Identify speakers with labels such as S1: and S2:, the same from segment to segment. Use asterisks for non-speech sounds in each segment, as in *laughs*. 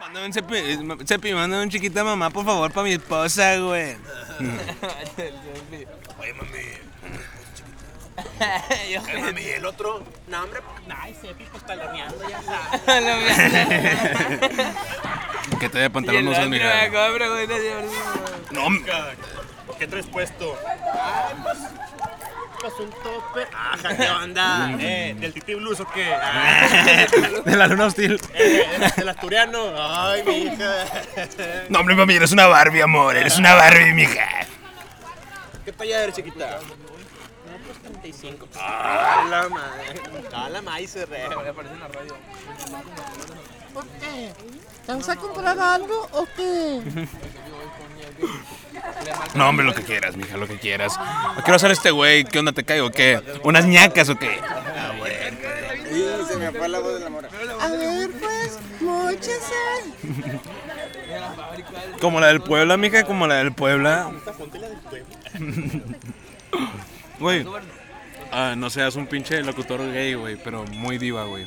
S1: Mándame un cepi, cepi, mándame un chiquita mamá, por favor, para mi esposa, güey.
S2: Oye, mami.
S3: Yo
S2: Eh, mami, el otro. No, hombre.
S3: Ay, Sepi, pues taloneando ya
S1: Que te de
S3: Y
S1: pantalón
S3: el
S1: no
S3: otro
S1: usas,
S3: me
S1: mira.
S3: acaba de preguntar, sí, ahorita.
S1: No, m-
S2: ¿Qué traes puesto? Pues un tope. Ajá, ¿qué
S4: *laughs*
S2: onda? Eh, ¿Del Titi Blues o qué? Ah,
S1: de la luna hostil.
S2: eh, ¿Del Asturiano? Ay, mi hija.
S1: No, hombre, mami, eres una Barbie, amor. Eres una Barbie, mija.
S2: ¿Qué talla eres, chiquita?
S3: No, pues 35.
S2: Ah, la madre. Ah, la maíz, re.
S3: Aparece en la radio.
S5: ¿Por qué? ¿Te vas a comprar algo o qué?
S1: No, hombre, lo que quieras, mija, lo que quieras. Quiero hacer este güey, ¿qué onda te caigo? o ¿Qué? ¿Unas ñacas o qué? Ah,
S2: Sí, se me fue la voz de la mora.
S5: A ver, pues, mochese.
S1: Como la del Puebla, mija, como la del Puebla. *laughs* Güey, ah, no seas un pinche locutor gay, güey, pero muy diva, güey.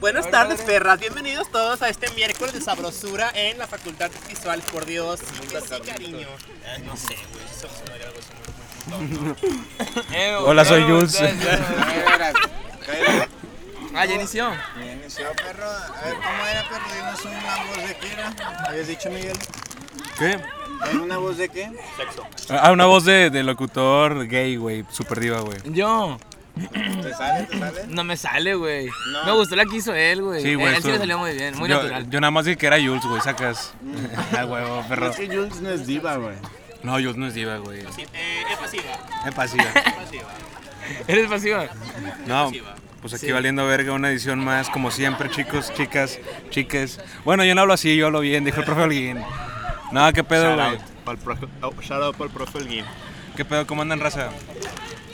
S2: Buenas tardes, perras. Bienvenidos todos a este miércoles de sabrosura en la Facultad de Visuales, por Dios. Que sí, cariño. Eh, No sé, güey. Eso suena algo así muy-
S3: Eh,
S1: Hola,
S3: voltea,
S1: soy
S3: voltea,
S1: Jules.
S3: voltea.
S4: Bien
S3: Ah, ya inició.
S4: inició, perro. A ver, ¿cómo era, perro? Dimos una voz de qué era. ¿Habías dicho, Miguel?
S1: ¿Qué?
S4: ¿Era una voz de qué?
S1: Ah, una voz de, de locutor gay, güey, super diva, güey.
S3: Yo.
S4: ¿Te sale? ¿Te sale?
S3: No me sale, güey. Me gustó la que hizo él, güey.
S1: Sí, güey.
S3: Él eh, sí
S1: tú-
S3: le salió muy bien, muy
S1: yo,
S3: natural.
S1: Yo nada más dije que era Jules, güey, sacas. *laughs* Ah, huevo, perro.
S4: que Jules no es diva, güey.
S1: No, Jules no es diva, güey.
S2: Sí, eh, es pasiva.
S1: Es *laughs* pasiva.
S3: ¿Eres pasiva?
S1: No, pues aquí valiendo verga una edición más, como siempre, chicos, chicas, chiques. Bueno, yo no hablo así, yo hablo bien, dijo el profe Holguín. No, qué pedo, güey.
S4: Para el profe, oh, shout out para el profe Elguín.
S1: ¿Qué pedo? ¿Cómo andan, raza?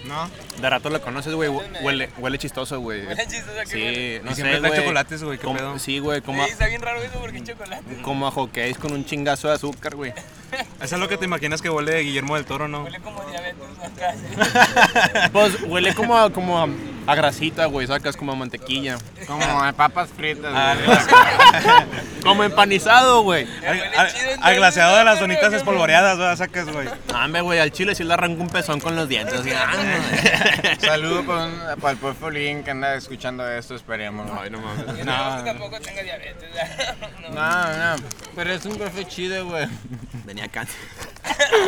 S4: ¿No?
S6: De rato lo conoces, güey. hu- Huele, huele chistoso, güey.
S3: chistoso, qué
S6: Sí, no
S1: Y
S6: sé,
S1: siempre trae
S6: güey.
S1: chocolates, güey, qué
S6: Como-
S1: pedo.
S6: Sí, güey, como, a-
S3: Sí, está bien raro eso porque es chocolate.
S6: como a hockeys con un chingazo de azúcar,
S4: *laughs*
S6: güey.
S1: Eso es lo que te imaginas que huele de Guillermo del Toro, ¿no?
S3: Huele como diabetes acá.
S6: Pues huele como a, como a, a grasita, güey. Sacas como a mantequilla. Ah,
S4: Como de papas fritas,
S6: *laughs* Como empanizado, güey.
S1: Al,
S3: huele
S1: al-
S3: chido, entonces,
S1: al glaseado de las
S3: no, no,
S1: donitas
S3: no,
S1: espolvoreadas, ¿verdad? Sacas, güey.
S6: Dame, Ah, güey, al chile sí le arranco un pezón con los dientes. así, ah,
S4: güey. *laughs* Saludo para, un- para el profe Elguín que anda escuchando esto, esperemos. Ay, no mames.
S3: No, tampoco tenga diabetes. No.
S4: No, no. Pero es un profe chido, güey.
S6: no. Venía acá.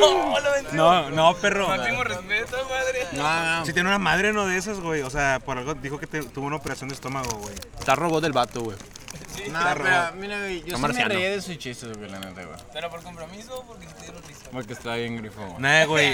S3: No, lo vendí.
S1: No, no, perro.
S3: Máximo respeto, madre.
S4: No, no.
S1: Si tiene una madre, no de esas, güey. O sea, por algo dijo que te- tuvo una operación de estómago, güey.
S6: Está robot del vato, güey.
S4: No, pero mira, güey, yo sí me
S6: marciano.
S4: reí de sus chistes, güey, la neta, güey.
S3: Pero por compromiso o porque te dieron risa.
S4: Porque está bien grifo, güey.
S1: Nah,
S4: *laughs*
S1: güey.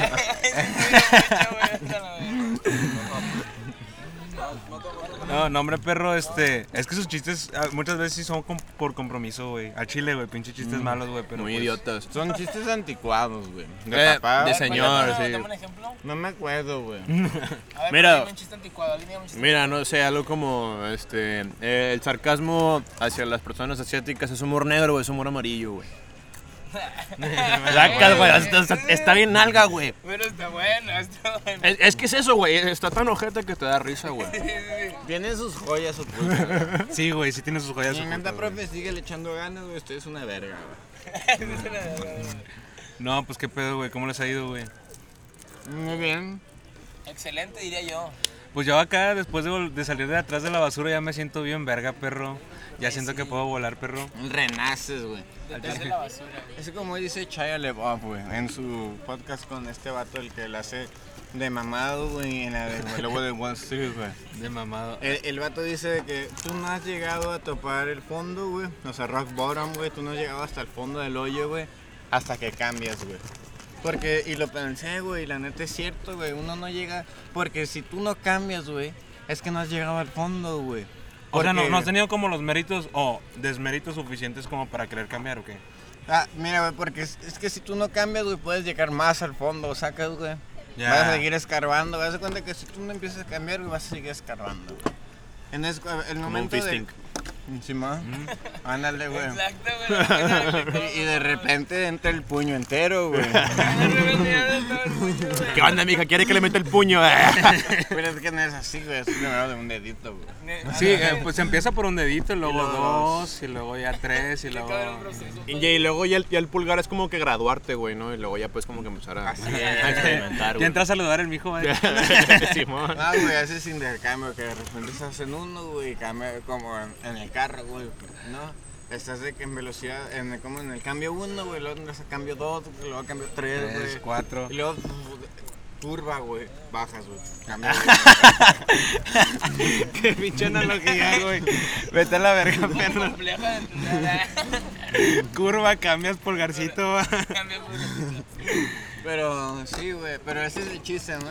S1: No, no, hombre, perro, este. Es que sus chistes ah, muchas veces sí son com- por compromiso, güey. Al chile, güey. Pinche chistes malos, güey. Pero
S6: Muy
S1: pues,
S6: idiotas.
S4: Son chistes anticuados, güey.
S6: Eh,
S4: De papá.
S6: de
S4: güey.
S6: señor, sí.
S3: Dame un ejemplo.
S4: No me acuerdo, güey.
S3: A ver,
S6: Mira.
S3: dime un chiste anticuado. alguien dime un chiste
S6: Mira, no sé, algo como este. eh, el sarcasmo hacia las personas asiáticas es humor negro o es humor amarillo, güey. *laughs* Sacas, güey. Está, está- está bien nalga, güey.
S3: Pero está bueno, está bueno.
S6: Es, es que es eso, güey. Está tan ojete que te da risa, güey.
S4: Tiene sus joyas ocultas.
S1: Sí, güey, sí tiene sus joyas.
S4: Mi neta,
S1: ocultas, güey.
S4: profe, sigue le echando ganas, güey. Usted es una verga, güey.
S1: No, pues qué pedo, güey. ¿Cómo les ha ido, güey?
S4: Muy bien.
S3: Excelente, diría yo.
S1: Pues yo acá, después de, vol- de salir de atrás de la basura, ya me siento bien verga, perro. Ya siento que puedo volar, perro.
S4: Renaces, güey.
S3: Detrás de la basura.
S4: Es como dice Chaya LeBoff, güey. En su podcast con este vato, el que la hace de mamado, güey. En la de, el lobo de Wall Street, güey.
S1: De mamado.
S4: El, el vato dice de que tú no has llegado a topar el fondo, güey. O sea, rock bottom, güey. Tú no has llegado hasta el fondo del hoyo, güey. Hasta que cambias, güey. Porque, y lo pensé, güey, y la neta es cierto, güey. Uno no llega. Porque si tú no cambias, güey, es que no has llegado al fondo, güey.
S1: O sea, no,
S4: Porque-
S1: no has tenido como los méritos o desméritos suficientes como para querer cambiar, ¿o qué?
S4: Ah, mira, güey, porque es, es que si tú no cambias, güey, puedes llegar más al fondo, sacas, güey.
S1: Ya.
S4: Vas a seguir escarbando, vas a dar cuenta que si tú no empiezas a cambiar, güey, vas a seguir escarbando, güey. En es- el
S6: un
S4: momento de,
S6: fisting. Mm.
S4: Sí, más. Ándale, güey.
S3: Exacto, güey.
S4: *laughs* Y, y de repente entra el puño
S6: *laughs*
S4: entero, güey.
S6: ¿Qué onda, mija? ¿Quiere que le meta el puño? *laughs*
S4: Pero es que no es así, güey. Es primero de un dedito, güey.
S1: Sí, eh, pues empieza por un dedito, y luego dos, y luego *laughs* ya tres, y luego...
S6: Y, ya- y luego ya el, ya el pulgar es como que graduarte, güey, ¿no? Y luego ya puedes como que empezar a, a experimentar,
S1: Ya entra a saludar el mijo, *laughs* ¿vale?
S6: *laughs*
S4: *laughs*
S6: Simón.
S4: No, Ah, güey, haces intercambio que de repente estás en uno, güey, cambia- como en, en el carro, güey, ¿no? Estás de que en velocidad, en, como en el cambio uno, güey, luego andas a cambio dos, güey, luego a cambio tres,
S1: Tres,
S4: güey.
S1: cuatro. *laughs*
S4: Y luego turba, güey, bajas, güey,
S1: *laughs*
S4: cambio
S6: Qué pinche analogía, güey.
S1: Vete a la verga, perro.
S3: Compleja de entender. ¿eh?
S1: Curva, cambias pulgarcito.
S3: Cambia por-
S4: Pero sí, güey, pero ese es el chiste, ¿no?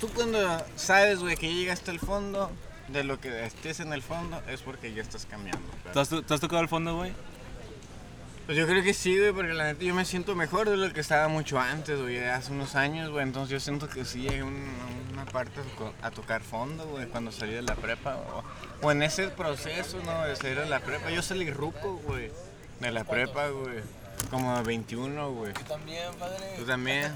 S4: Tú cuando sabes, güey, que llegaste al fondo, de lo que estés en el fondo, es porque ya estás cambiando. pero-
S1: ¿Tú has, tú has tocado el fondo, güey?
S4: Pues yo creo que sí, güey, porque la neta yo me siento mejor de lo que estaba mucho antes, güey, hace unos años, güey. Entonces yo siento que sí llegué a un- a una parte a toco- a tocar fondo, güey, cuando salí de la prepa. O, o en ese proceso, ¿no? De salir de la prepa. Yo salí ruco, güey, de la prepa, güey. Como 21, güey.
S3: También, padre.
S4: Tú también.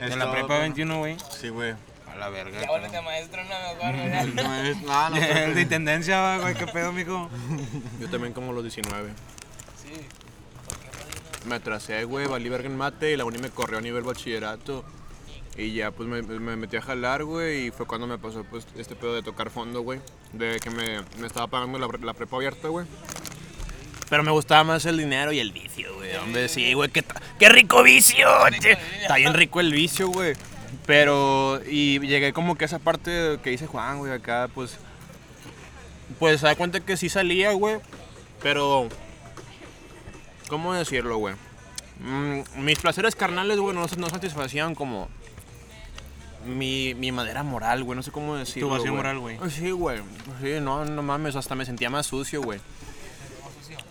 S1: De
S4: Es
S1: la
S4: todo,
S1: prepa
S4: pero-
S1: 21, güey.
S4: Sí, güey. A la verga.
S3: Ya vuélvete maestro, no me acuerdo. ¿eh?
S4: No, es-
S1: *laughs*
S4: no,
S1: *laughs*
S4: no.
S1: El de intendencia, güey, qué pedo, mijo.
S6: Yo también como los 19.
S3: Sí.
S6: Me atrasé, güey, valí verga en mate y la uni me corrió a nivel bachillerato. Y ya, pues me, me metí a jalar, güey, y fue cuando me pasó, pues, este pedo de tocar fondo, güey. De que me, me estaba pagando la, la prepa abierta, güey. Pero me gustaba más el dinero y el vicio, güey. Hombre, sí, güey, qué, ta- qué rico vicio. che. Está bien rico el vicio, güey. Pero, y llegué como que a esa parte que dice Juan, güey, acá, pues. Pues se da cuenta que sí salía, güey. Pero ¿Cómo decirlo, güey? Mm, mis placeres carnales, güey, no, no satisfacían como mi, mi madera moral, güey. No sé cómo decirlo.
S1: vacío moral, güey.
S6: Ay, Sí, güey. Sí, no, no mames. Hasta me sentía más sucio, güey.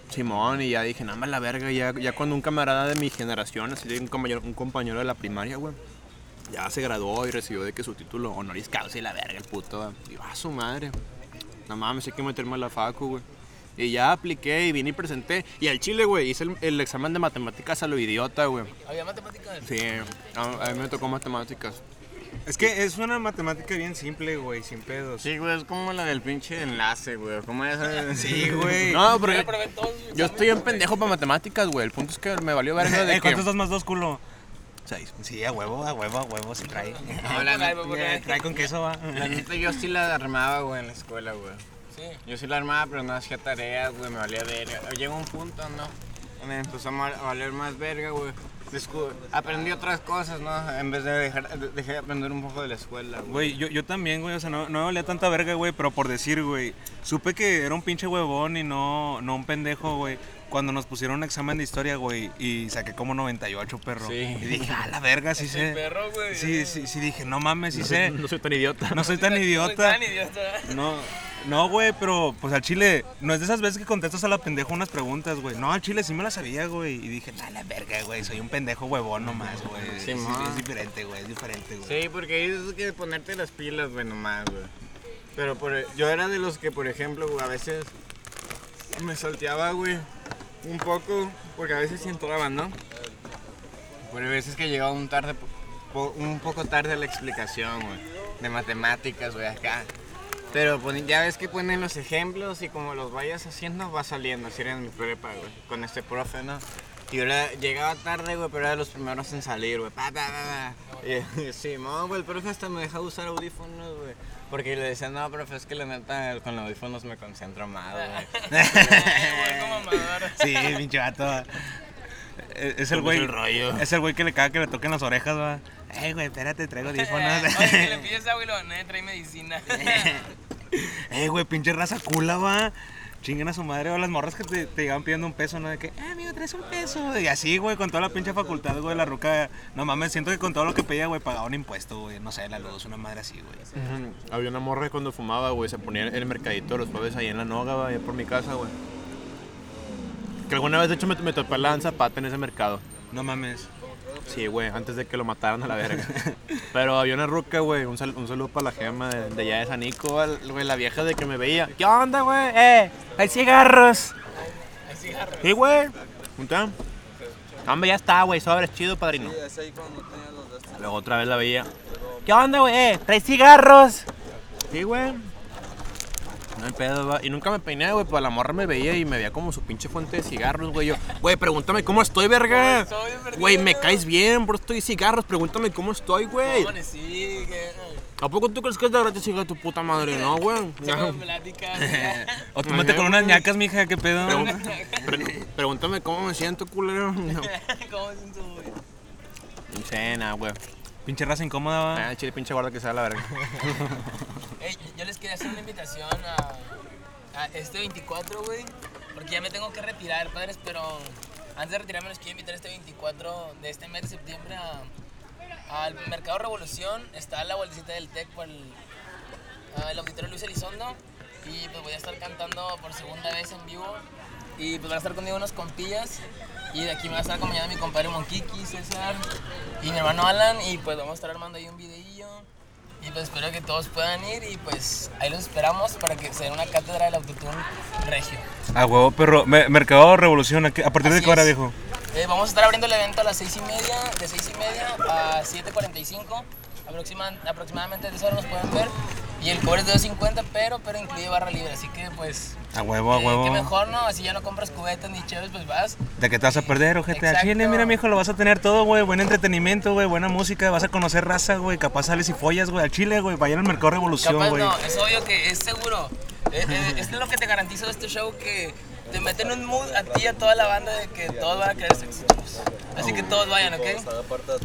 S6: Simón, y ya dije, nada más la verga. Ya, ya cuando un camarada de mi generación, así un compañero, un compañero de la primaria, güey, ya se graduó y recibió de que su título honoris causa y la verga, el puto. Y va a su madre. No mames, hay que meterme a la facu, güey. Y ya apliqué y vine y presenté. Y al chile, güey, hice el, el examen de matemáticas a lo idiota, güey.
S3: Había matemáticas.
S6: Sí, a, a mí me tocó matemáticas.
S1: Es que es una matemática bien simple, güey, sin pedos.
S4: Sí, güey, es como la del pinche enlace, güey. ¿Cómo es?
S1: *laughs* Sí, güey.
S6: No,
S3: Yo
S6: pero
S3: probé todos mis
S6: yo
S3: exámenes,
S6: estoy en
S3: güey.
S6: pendejo para matemáticas, güey. El punto es que me valió verga *laughs* de
S1: Eh, ¿Cuántos
S6: que...
S1: dos más dos, culo?
S6: Seis.
S1: Sí, a huevo, a huevo, a huevo, se trae. *laughs*
S4: No, la neta-
S1: Trae con queso, va.
S4: la neta yo sí la armaba, güey, en la escuela, güey.
S3: Sí.
S4: Yo sí la armaba, pero no hacía tareas, güey, me valía verga. Llegó un punto, ¿no? Me empezó a mal- a valer más verga, güey. Descu- Aprendí otras cosas, ¿no? En vez de dejar, de- dejé de aprender un poco de la escuela, güey.
S1: Güey, yo, yo también, güey, o sea, no, no me valía tanta verga, güey, pero por decir, güey, supe que era un pinche huevón y no, no un pendejo, güey, cuando nos pusieron un examen de historia, güey, y saqué como 98, perro. Y dije, ah, la verga, sí sé.
S3: perro, güey.
S1: Sí, sí, sí, dije, no mames, sí sé.
S6: No soy tan idiota.
S1: No soy Pues, tan
S3: Tan
S1: idiota.
S3: *laughs* idiota.
S1: No, no, güey, pero pues al chile, no es de esas veces que contestas a la pendeja unas preguntas, güey. No, al chile sí me las sabía, güey. Y dije, a la verga, güey, soy un pendejo huevón nomás, güey. Sí,
S4: Sí, ma.
S1: es diferente, güey, es diferente, *laughs* güey.
S4: Sí, porque ahí es que ponerte las pilas, güey, nomás, güey. Pero por, e, yo era de los que, por ejemplo, güey, a veces me salteaba, güey, un poco, porque a veces sí entraban, ¿no? Pero a veces que llegaba un, tarde, po- un poco tarde a la explicación, güey, de matemáticas, güey, acá. Pero pon- ya ves que ponen los ejemplos y como los vayas haciendo va saliendo, así era en mi prepa, güey, con este profe, ¿no? Y yo era- llegaba tarde, güey, pero era de los primeros en salir, güey, pa, pa, pa, pa. Y, *laughs* sí, no, güey, el profe hasta me dejaba usar audífonos, güey. Porque le decía, no, profe, es que la neta con los audífonos me concentro más,
S1: *laughs*
S4: güey.
S3: Algo mamador.
S1: Sí, pinche vato. Eh, Es el güey.
S6: el rollo.
S1: Es el güey que le caga que le toquen las orejas, va. Ey, güey, espérate, traigo *laughs*
S3: *laughs* Oye, que le
S1: audífonos.
S3: pides agua y lo van a traer medicina. *laughs*
S1: Ey, Eh, güey, pinche raza cula, va. Chinguen a su madre, o las morras que te, te llegaban pidiendo un peso, ¿no? De que, ah, amigo, traes un peso. Y así, güey, con toda la pinche facultad, güey, la ruca. No mames, siento que con todo lo que pedía, güey, pagaba un impuesto, güey. No sé, la luz, una madre así, güey.
S6: Ujú. Había una morra que cuando fumaba, güey, se ponía en el mercadito los jueves ahí en la noga, güey, por mi casa, güey. Que alguna vez, de hecho, me, me topé la zapata en ese mercado.
S1: No mames.
S6: Sí, güey, antes de que lo mataran a la *laughs* verga. Pero había una ruca, güey, un, sal- un saludo para la gema de, de allá de San Nico, al- güey, la vieja de que me veía. ¿Qué onda, güey? ¡Eh! ¡Hay cigarros! ¿Hay cigarros? Sí, güey. ¿Punta? Hombre, ya está, güey, sobres chido, padrino. Luego otra vez la veía. ¿Qué onda, güey? ¡Eh! ¿Traes cigarros? Sí, güey. No hay pedo, va. Y nunca me peiné, güey, pues la morra me veía y me veía como su pinche fuente de cigarros, güey. Yo, güey, pregúntame cómo estoy, verga.
S3: ¿Cómo estoy, verga?
S6: Güey, me caes bien, bro, estoy cigarros, pregúntame cómo estoy, güey.
S3: Amanecí, que.
S6: ¿A poco tú crees que es de gratis, hija de tu puta madre? No, güey.
S3: Tengo pláticas.
S1: *laughs* O tú mete con unas ñacas, mija, qué pedo.
S6: Pre- pregúntame cómo me siento, culero. No.
S3: *laughs* ¿Cómo siento, güey?
S6: Cena, güey.
S1: Pinche raza incómoda, va.
S6: Ah, chile, pinche guarda que sea la verga.
S3: Ey, yo les quería hacer una invitación a, a este 24, güey. Porque ya me tengo que retirar, padres, pero antes de retirarme los quiero invitar este 24 de este mes de septiembre a- al Mercado Revolución. Está a la vueltecita del TEC por el, ah, el auditorio Luis Elizondo. Y pues voy a estar cantando por segunda vez en vivo. Y pues van a estar conmigo unos compillas. Y de aquí me va a estar acompañando mi compadre Monquiqui, César y mi hermano Alan. Y pues vamos a estar armando ahí un videillo. Y pues espero que todos puedan ir y pues ahí los esperamos para que se den una cátedra del autotune regio.
S1: A huevo, perro. Me- Mercado Revolución, ¿a qué- ¿a partir de
S3: Así
S1: qué hora,
S3: es.
S1: viejo?
S3: Eh, vamos a estar abriendo el evento a las 6 y media, de 6 y media a 7.45, aproxima- aproximadamente de esa hora nos pueden ver. Y el cobre es de 2.50, pero, pero incluye barra libre, así que pues...
S1: A huevo, a
S3: eh,
S1: huevo.
S3: que mejor, ¿no? Así ya no compras cubetas ni chéves, pues vas.
S1: ¿De qué te vas a perder, ojete? Al
S3: Exacto.
S1: chile, mira, mijo, lo vas a tener todo, güey. Buen entretenimiento, güey. Buena música. Vas a conocer raza, güey. Capaz sales y follas, güey. Al chile, güey. Vayan al mercado
S3: Capaz
S1: Revolución, güey.
S3: no, es obvio que es seguro. Eh,
S4: *laughs*
S3: eh, es lo que te garantizo de este show que te meten un mood a ti y a toda la banda de que todos van a querer ser exitosos. pues. Así que todos vayan, ¿ok?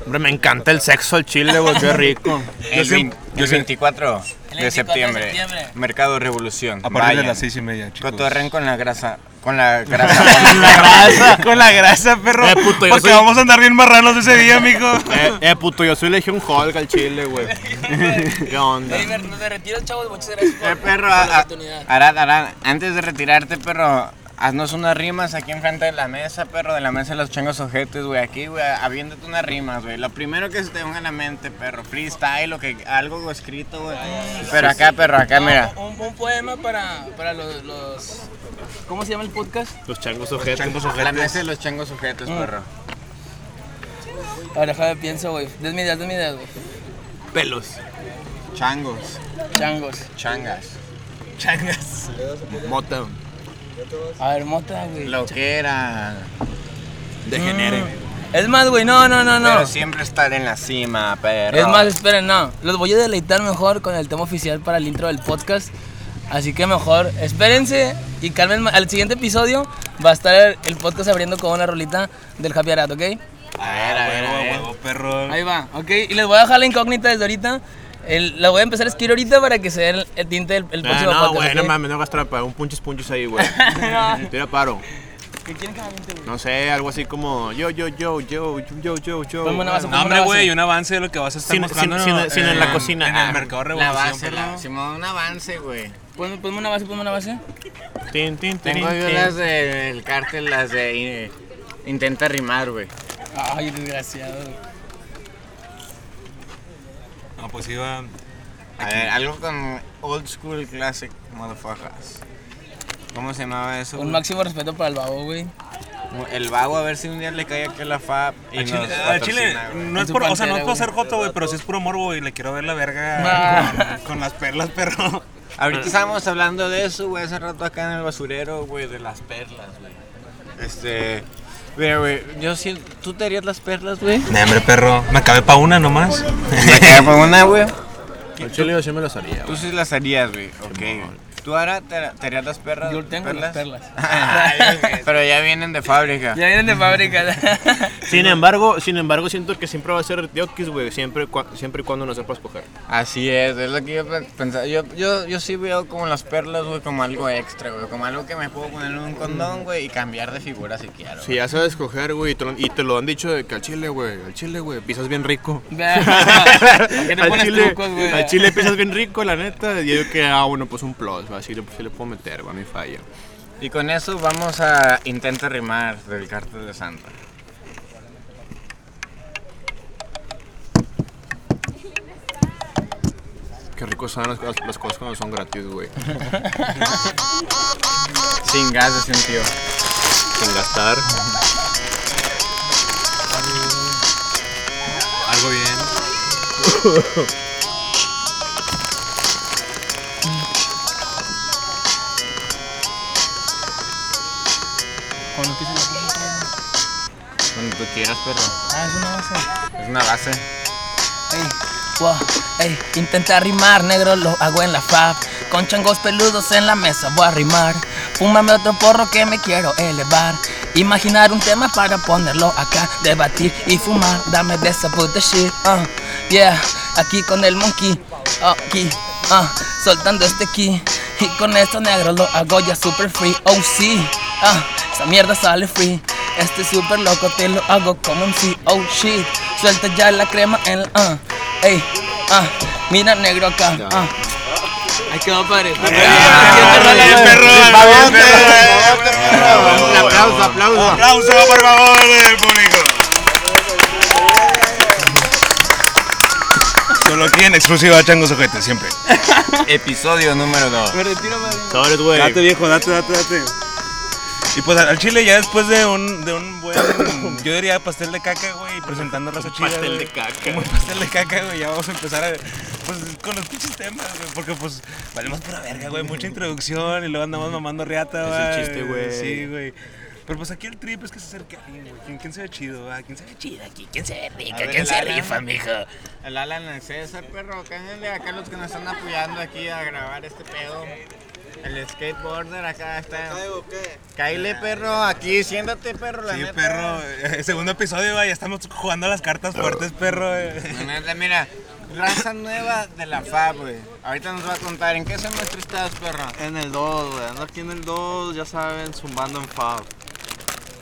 S6: Hombre, me encanta el sexo al chile, güey, qué *laughs* rico.
S4: El, vein-
S3: El
S4: el 24 de
S3: 24 de
S4: septiembre.
S3: septiembre.
S4: Mercado Revolución.
S1: A partir de
S4: Vayan.
S1: las seis y media, chicos. *laughs*
S4: Cotorren con la grasa. Con la grasa.
S6: La grasa.
S4: *laughs*
S1: Con la grasa, perro.
S6: Eh, puto, yo
S1: porque
S6: soy-
S1: vamos a andar bien marranos ese día, mijo. *laughs*
S6: Eh, eh, puto, yo soy Legión Hulk al chile, *laughs* güey. ¿Qué onda?
S3: Ey, me, me retiro, chavos. Muchas gracias por,
S4: Eh, perro,
S3: por
S4: a-
S3: la
S4: a-
S3: oportunidad.
S4: Arad, Arad, antes de retirarte, perro, haznos unas rimas aquí enfrente de la mesa, perro, de la mesa de los changos ojetes, güey, aquí, güey, aviéntate unas rimas, güey. Lo primero que se te venga a la mente, perro, freestyle, o que, algo güey, escrito, güey. Pero acá, perro, acá,
S3: No,
S4: Ah, mira.
S3: Ah, Un, un poema para, para los, los- ¿Cómo se llama el podcast?
S6: Los changos ojetes.
S4: La mesa de los changos ojetes, perro.
S3: A ver, déjame pienso, güey. Diez mi idea, mi idea, güey.
S6: Pelos.
S4: Changos,
S3: Changos.
S4: changas,
S3: Changas.
S6: Mota.
S3: A ver, mota, güey.
S4: lo que era.
S6: Degenere.
S3: Es más, güey, no, no, no, no.
S4: Pero siempre estar en la cima, perro.
S3: Es más, esperen, no. Los voy a deleitar mejor con el tema oficial para el intro del podcast. Así que mejor, espérense y calmen. ma- Al siguiente episodio va a estar el podcast abriendo con una rolita del Happy Arat, ¿ok?
S4: A ver, a ver, a ver.
S1: huevo, perro.
S3: Ahí va, ok. Y les voy a dejar la incógnita desde ahorita. El- la voy a empezar a escribir ahorita para que se dé el, el tinte del el próximo
S6: Ah, no,
S3: podcast,
S6: güey, no
S3: ¿ok?
S6: mames, no hagas trampa. Un punches punches ahí, *laughs* güey. Tira paro.
S3: ¿Qué quieren que me aviente, güey?
S6: No sé, algo así como yo, yo, yo, yo, yo, yo, yo.
S3: Ponme una base,
S1: No, hombre, güey, un avance de lo que vas a estar
S6: Sin-
S1: mostrando
S6: sin-
S1: ¿no?
S6: sin- sin en la cocina.
S1: En
S6: Ah,
S1: el mercado
S4: La
S1: Revolución,
S4: base,
S1: perro.
S4: la, Simón, un avance, güey.
S3: Ponme, ponme una base, ponme una base.
S6: Tin, tin, tin,
S4: Tengo yo
S6: tin.
S4: las del cártel, las de eh, intenta rimar, güey.
S3: Ay, desgraciado.
S1: No, pues iba.
S4: A ver, algo con old school classic, motherfuckers. ¿Cómo se llamaba eso?
S3: Un
S4: güey?
S3: máximo respeto para el babo, güey.
S4: El vago, a ver si un día le cae aquí la FAP y
S1: Al
S4: nos
S1: chile, al chile,
S4: patrocina, güey.
S1: no
S3: En
S1: es
S3: su
S1: por, o sea, no
S3: pantera,
S1: es por
S3: güey.
S1: ser joto, güey, pero sí es puro morbo, güey. Le quiero ver la verga
S3: Ah.
S1: con, con las perlas, perro.
S4: Ahorita estábamos hablando de eso, güey, hace rato acá en el basurero, güey, de las perlas, güey. Este... Mira, güey, yo siento... ¿Tú te harías las perlas, güey?
S1: No, hombre, perro. Me acabé pa' una nomás.
S4: *laughs* Me quedé por pues, una, güey.
S6: Al chile yo sí me las haría,
S4: Tú
S6: güey.
S4: sí las harías, güey. Ok. ¿Tú ahora te, te harías las perlas?
S3: Yo tengo las perlas.
S4: *laughs* Ay, güey, Pero ya vienen de fábrica.
S3: Ya vienen de
S4: *laughs*
S3: fábrica.
S6: Sin embargo, sin embargo, siento que siempre va a ser Diokis, güey. Siempre, cua- siempre y cuando no sepas coger.
S4: Así es, es lo que yo pe- pensaba. Yo, yo, yo sí veo como las perlas, güey, como algo extra, güey. Como algo que me puedo poner en un condón, güey, y cambiar de figura si quiero.
S6: Si ya sabes coger, güey, y te lo- y te lo han dicho de que al chile, güey, al chile, güey, pisas bien *laughs* rico.
S3: ¿Para qué te pones trucos, güey?
S6: al chile pisas bien rico, la neta. Y yo que, ah, bueno, pues un plus, va, así le, sí le puedo meter, va, no hay falla.
S4: Y con eso vamos a Intenta Rimar del Cartel de Santa.
S6: Qué ricos saben las, cosas- las cosas cuando son gratis, güey.
S4: Sin gas, de un tío.
S6: *laughs* Sin gastar.
S7: Algo bien.
S3: Con lo que se le
S4: Cuando tú quieras, perro.
S3: Ah, es una base.
S4: Es una base.
S3: Ey, wow, ey, intenta rimar, negro lo hago en la fab. Con changos peludos en la mesa voy a rimar. Fúmame otro porro que me quiero elevar. Imaginar un tema para ponerlo acá. Debatir y fumar, dame de esa puta shit. ah, yeah, aquí con el monkey. ah, Aquí, ah, soltando este key. Y con esto negro lo hago ya super free. Oh, sí, ah, esa mierda sale free. Este super loco te lo hago como un sí, oh shit. Suelta ya la crema en la. ah, ey, ah, mira negro acá. ah. Ahí quedó padre.
S6: Oh,
S4: Aplauso,
S6: Ah,
S4: aplauso.
S1: Aplauso, por favor, del público. Solo aquí en exclusiva Changos Ojete, siempre.
S4: Episodio número 2.
S6: Sabes, güey.
S1: Date viejo, date, date, date. Y pues al chile ya después de un, de un buen, yo diría pastel de caca, güey, presentando raza chida.
S6: pastel
S1: güey.
S6: de caca.
S1: Un buen pastel de caca, güey, ya vamos a empezar a, pues, con los pinches temas, güey, porque pues valemos pura verga, güey, mucha introducción y luego andamos mamando riata,
S6: Es
S1: güey.
S6: el chiste, güey.
S1: Sí, güey. Pero pues aquí el trip es que se acerca alguien, güey, ¿quién, quién se ve chido, va? ¿Quién se ve chido aquí? ¿Quién se ve rica?
S4: ver,
S1: ¿Quién
S4: el
S1: se
S4: Alan.
S1: rifa, mijo?
S4: El Alan, el César, perro, cáñenle acá los que nos están apoyando aquí a grabar este pedo. El skateboarder acá está. Caile, perro, aquí, siéntate, perro, la
S1: Sí,
S4: neta.
S1: perro, eh, segundo episodio, va, ya estamos jugando a las cartas fuertes, perro. eh.
S4: La neta, mira, raza nueva de la FAB, güey. Ahorita nos va a contar en qué semestre estás, perro.
S7: En el 2, güey. Ando aquí en el 2, ya saben, zumbando en Fab.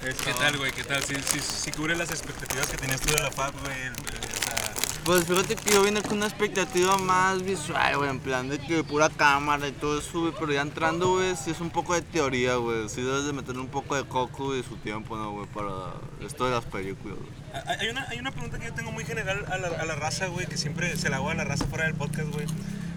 S1: ¿Qué
S6: Ah.
S1: tal, güey? ¿Qué tal? Si sí, sí cubre las expectativas que tenías tú de la FAB, güey. el- el- o sea,
S7: Pues fíjate que yo vine con una expectativa más visual, güey, en plan de que pura cámara y todo eso, güey, pero ya entrando, güey, sí es un poco de teoría, güey, sí debes de meterle un poco de coco y su tiempo, ¿no, güey, para esto de las películas, güey.
S1: hay- hay, una, hay una pregunta que yo tengo muy general a la, a la raza, güey, que siempre se la hago a la raza fuera del podcast, güey.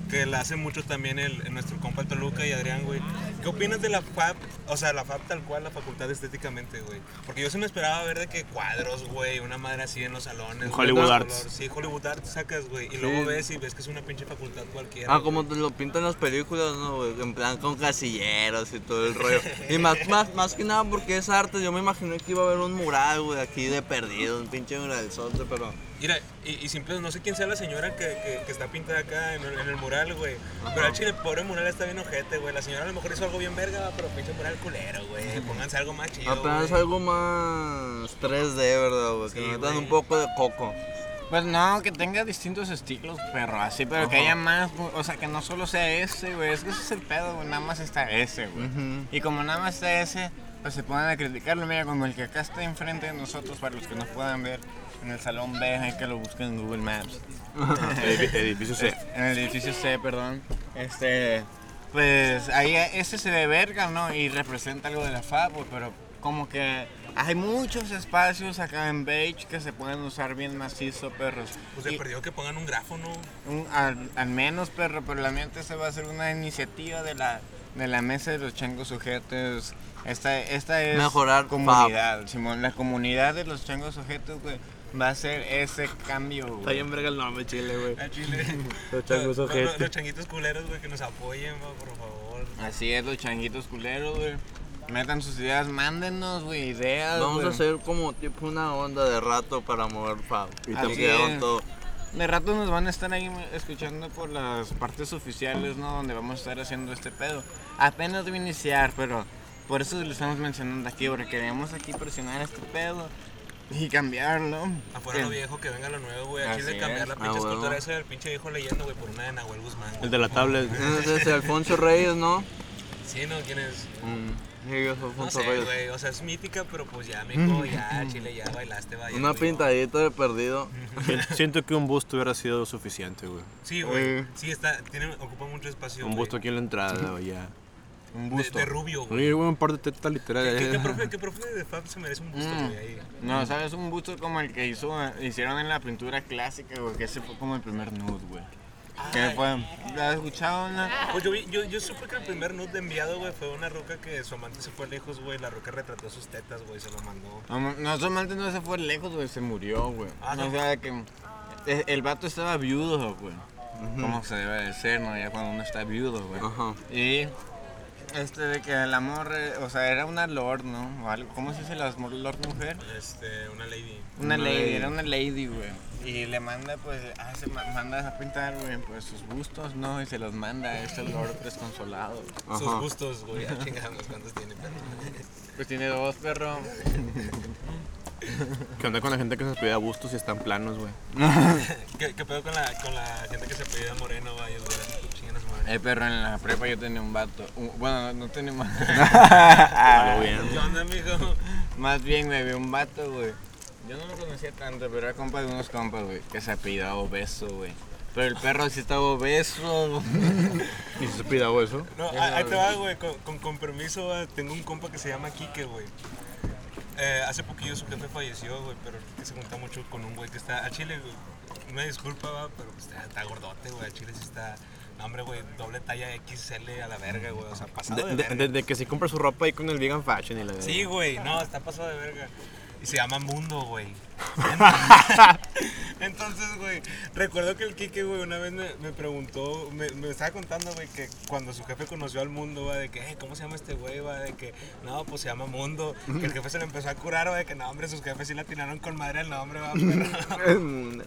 S1: Que la hace mucho también el, el nuestro compa el Toluca y Adrián, güey. ¿Qué opinas de la FAB? O sea, la FAB tal cual, la facultad estéticamente, güey. Porque yo sí me esperaba ver de que cuadros, güey, una madre así en los salones. güey,
S6: Hollywood
S1: de
S6: Arts.
S1: color. Sí, Hollywood Arts sacas, güey. Y luego ves y ves que es una pinche facultad cualquiera.
S7: Ah, como te lo pintan las películas, ¿no, güey? En plan con casilleros y todo el rollo. Y más, más, más que nada porque es arte, yo me imaginé que iba a haber un mural, güey, aquí de perdido, un pinche muralzote, pero...
S1: Mira, y, y simple, no sé quién sea la señora que, que- que está pintada acá en el, en el mural, güey. Pero al chile, pobre mural está bien ojete, güey. La señora a lo mejor hizo algo bien verga, va, pero pinche mural culero, güey. Pónganse algo más chido.
S7: Apenas
S1: güey.
S7: algo más 3D, ¿verdad, güey? Que
S1: Sí,
S7: le metan
S1: güey.
S7: un poco de coco.
S4: Pues no, que tenga distintos estilos, perro, así, pero que haya más, güey. o sea, que no solo sea ese, güey, es que ese es el pedo, güey, nada más está ese, güey. Y como nada más está ese, pues se ponen a criticarlo, mira, como el que acá está enfrente de nosotros, para los que no puedan ver, en el salón B, hay que lo busquen en Google Maps.
S6: Edifi- Edificio
S7: Eh,
S6: C.
S4: En el edificio C, perdón. Este, pues ahí ese se ve verga, ¿no? Y representa algo de la FAB, güey, pero como que hay muchos espacios acá en Beige que se pueden usar bien macizo, perros.
S1: Pues se
S4: Y-
S1: perdió que pongan un grafo, ¿no?
S4: un- al, al menos, perro, pero la neta se va a hacer una iniciativa de la, de la mesa de los changos sujetos. Esta, esta es
S7: Mejorar
S4: comunidad, Simón. La comunidad de los changos sujetos, güey, va a ser ese cambio, güey.
S7: verga el nombre, chile, güey.
S1: Al chile. *laughs*
S7: Los changos
S1: Los-
S7: ojete.
S1: los- Los changuitos culeros, güey, que nos apoyen, va, por favor.
S4: Así es, los changuitos culeros, güey. Metan sus ideas, mándenos, güey, ideas.
S7: Vamos
S4: Ah, güey.
S7: a hacer como tipo una onda de rato para mover Fab. Y
S4: Así es.
S7: quedaron todo.
S4: De rato nos van a estar ahí escuchando por las partes oficiales, ¿no? Donde vamos a estar haciendo este pedo. Apenas de iniciar, pero por eso lo estamos mencionando aquí, porque queremos aquí presionar este pedo y cambiarlo.
S1: Afuera
S4: Sí.
S1: lo viejo, que venga lo nuevo, güey. Al
S4: Así
S1: chile cambiar
S4: es.
S1: la
S7: Ah,
S1: pinche
S7: huevo.
S1: escultura esa del pinche viejo leyendo, güey, por una de Nahuel Guzmán. güey.
S6: El de la tablet. *laughs*
S7: Desde Alfonso Reyes, ¿no?
S1: Sí, ¿no? ¿Quién es?
S7: Sí, es Alfonso
S1: No sé,
S7: Reyes.
S1: güey. O sea, es mítica, pero pues ya, mijo, ya, chile, ya bailaste, vaya.
S7: Una
S1: güey.
S7: pintadita de perdido.
S6: Siento que un busto hubiera sido suficiente, güey.
S1: Sí, güey.
S4: Eh.
S1: Sí, está, tiene, ocupa mucho espacio.
S6: Un
S1: güey.
S6: busto aquí en la entrada, güey, ya.
S4: Un
S1: De-
S4: busto.
S1: De, rubio, güey.
S6: Oye, güey, un par de tetas
S1: ¿Qué, qué
S6: literal.
S1: profe, qué profe de Fab se merece un busto,
S4: Mm.
S1: güey? ahí?
S4: No, ¿sabes? Un busto como el que hizo, hicieron en la pintura clásica, güey, que ese fue como el primer nude, güey. ¿Qué fue? ¿La has escuchado? no?
S1: Pues yo, vi- yo, yo supe que el primer nude enviado, güey, fue una ruca que su amante se fue lejos, güey. La ruca retrató sus tetas, güey, se lo mandó.
S4: No, ma- no solamente no se fue lejos, güey, se murió, güey.
S1: Ah,
S4: no,
S1: no.
S4: o sea, que e- el vato estaba viudo, güey. Como se debe de ser, ¿no? Ya cuando uno está viudo, güey.
S7: Ajá.
S4: Y este de que el amor, eh, o sea, era una lord, ¿no? O algo, ¿Cómo se dice la smor- lord mujer?
S1: Este, una lady.
S4: Una
S7: Una
S4: lady,
S7: lady.
S4: era una lady, güey. Y le manda, pues, ah, se ma- manda a pintar, güey, pues sus bustos, ¿no? Y se los manda a este lord desconsolado. güey.
S1: Sus gustos, güey. ah, Ya chingamos cuántos tiene, perro.
S4: Pues tiene dos, perro.
S6: ¿Qué onda con la gente que se pide a bustos y están planos, güey?
S1: ¿Qué, qué pedo con la, con la gente que se pedía moreno, güey? Yo, güey, Chinguen a su madre.
S4: Eh, perro, en la prepa yo tenía un vato. un- bueno, no, no tenía más. *laughs*
S1: ¿Qué onda, mijo?
S4: Más bien me vi un vato, güey. Yo no lo conocía tanto, pero era compa de unos compas, güey, que se apellidaba obeso, güey. Pero el perro sí estaba
S7: *laughs*
S4: obeso.
S6: ¿Y si se pide algo eso?
S1: No, ahí ahí te va, güey, con, con, con permiso, va, tengo un compa que se llama Quique, güey. Eh, hace poquillo su jefe falleció, güey, pero que se junta mucho con un güey que está a Chile, güey. Una disculpa, va, pero pues, está, está gordote, güey, a Chile sí está... No, hombre, güey, doble talla XL a la verga, güey, o sea, pasado de,
S6: Desde
S1: verga.
S6: que se compra su ropa ahí con el vegan fashion y la verdad.
S1: Sí, güey, no, está pasado de verga. Y se llama Mundo,
S7: *laughs*
S1: güey. Entonces, güey, recuerdo que el Kike, güey, una vez me, me preguntó, me, me estaba contando, güey, que cuando su jefe conoció al Mundo, va, de que, "Eh, ¿cómo se llama este güey? Va, de que, no, pues se llama Mundo. Que el jefe se lo empezó a curar, va, de que, no, hombre, sus jefes sí le atinaron con madre el nombre, va, pero...
S7: *laughs* El mundo.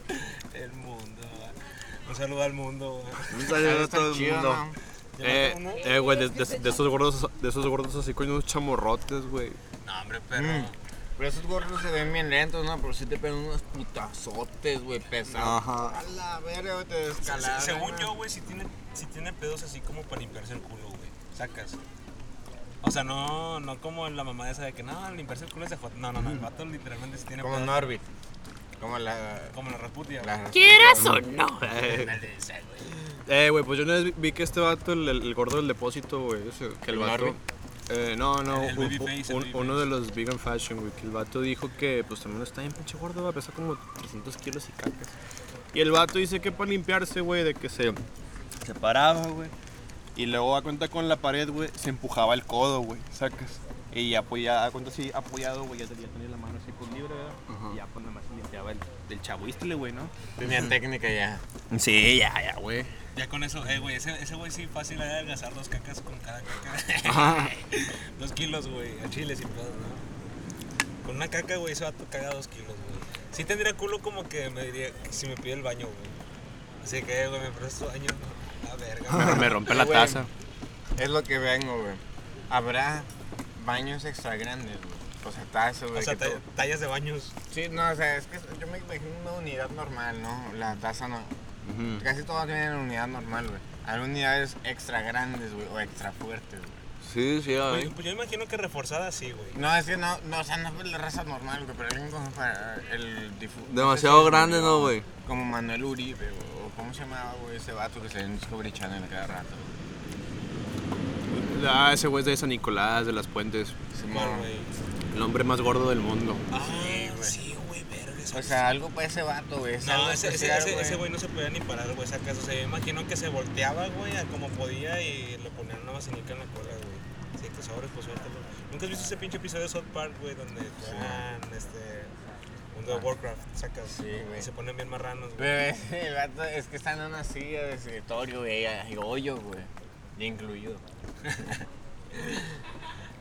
S1: el Mundo, va. Un saludo al Mundo, güey.
S7: Un saludo a todo el mundo.
S6: Eh, eh, güey, de, de- de esos gordos, de esos gordos así con unos chamorrotes, güey.
S1: No, hombre, pero...
S4: Pero esos gorros se ven bien lentos, ¿no? Pero sí te pegan unos putazotes, güey, pesados.
S7: Ajá.
S4: A la verga, güey, te
S1: Se- se-
S4: descalaron.
S1: según yo, güey, si tiene, si tiene pedos así como para limpiarse el culo, güey. Sacas. O sea, no, no como la mamá esa de que no, limpiarse el culo es de jota. No, no, no, el vato literalmente sí tiene
S4: Como
S1: pedos.
S4: Norbit. Como la...
S1: Como la Rasputia.
S4: la-
S6: Eh, güey, pues yo una vez vi- vi que este vato, el, el- el gordo del depósito, güey, ese, que el
S4: ¿El
S6: vato...
S4: Marvin?
S6: Eh, no, no,
S1: El
S6: un-
S1: Babyface, el
S6: un-
S1: Babyface.
S6: uno de los vegan fashion, güey, que el vato dijo que pues también está bien pinche gordo, va, pesa como 300 kilos y cacas. Y el vato dice que para limpiarse, güey, de que se, se paraba, güey, y luego a cuenta con la pared, güey, se empujaba el codo, güey, sacas. Y apoyado, a cuenta así, apoyado, güey, ya tenía, tenía la mano así pues libre, ¿verdad? Y ya pues nada más se limpiaba el, del chabuistle, güey, ¿no?
S4: Tenía técnica ya.
S6: Sí, ya, ya, güey.
S1: Ya con eso, eh, güey, ese ese güey sí fácil ha de adelgazar dos cacas con cada caca. *laughs* dos kilos, güey, a chile sin pedos, ¿no? Con una caca, güey, ese vato caga dos kilos, güey. Sí tendría culo como que me diría que si me pide el baño, güey. Así que, eh, güey, me presto baño. no, La verga, güey.
S4: *laughs*
S6: Me, me rompe la
S4: Güey.
S6: taza.
S4: Es lo que vengo, güey. Habrá baños extra grandes, güey. O sea, tazas, güey.
S1: O sea,
S4: que todo-
S1: ta- tallas de baños.
S4: Sí, no, o sea, es que yo me imagino una unidad normal, ¿no? La taza no.
S6: Ujú.
S4: Casi todas tienen unidad normal, güey. Hay unidades extra grandes, güey, o extra fuertes, güey.
S7: Sí, sí, a
S1: Pues,
S7: ver.
S1: pues yo imagino que reforzada sí, güey.
S4: No, es que no, no, o sea, no es la raza normal, güey, pero alguien como para el difu-
S7: Demasiado
S4: no sé si-
S7: grande, ¿no, güey?
S4: Como Manuel Uribe, güey, o cómo se llamaba, güey, ese vato que se en Discovery Channel cada rato. güey.
S6: Ah, ese güey es de San Nicolás, de las Puentes.
S1: Mal,
S4: Simón.
S1: güey.
S6: El hombre más gordo del mundo.
S1: Ah, sí, güey, verga. esa-
S4: O sea, algo para ese vato, güey. es algo
S1: no, ese, ese,
S4: especial,
S1: ese- ese güey no se podía ni parar, güey, esa casa. O sea, yo imagino que se volteaba, güey, a como podía y le ponían una vacinica en la cola, güey. Sí, que sobres, pues suerte, güey. ¿Nunca has visto ese pinche episodio de South Park, güey, donde juegan, este, mundo de Warcraft, sacas?
S4: Sí, güey.
S1: Y se ponen bien marranos, güey.
S4: Pero ese vato es que están en una silla de escritorio, güey, hay hoyo, güey. Ya incluido.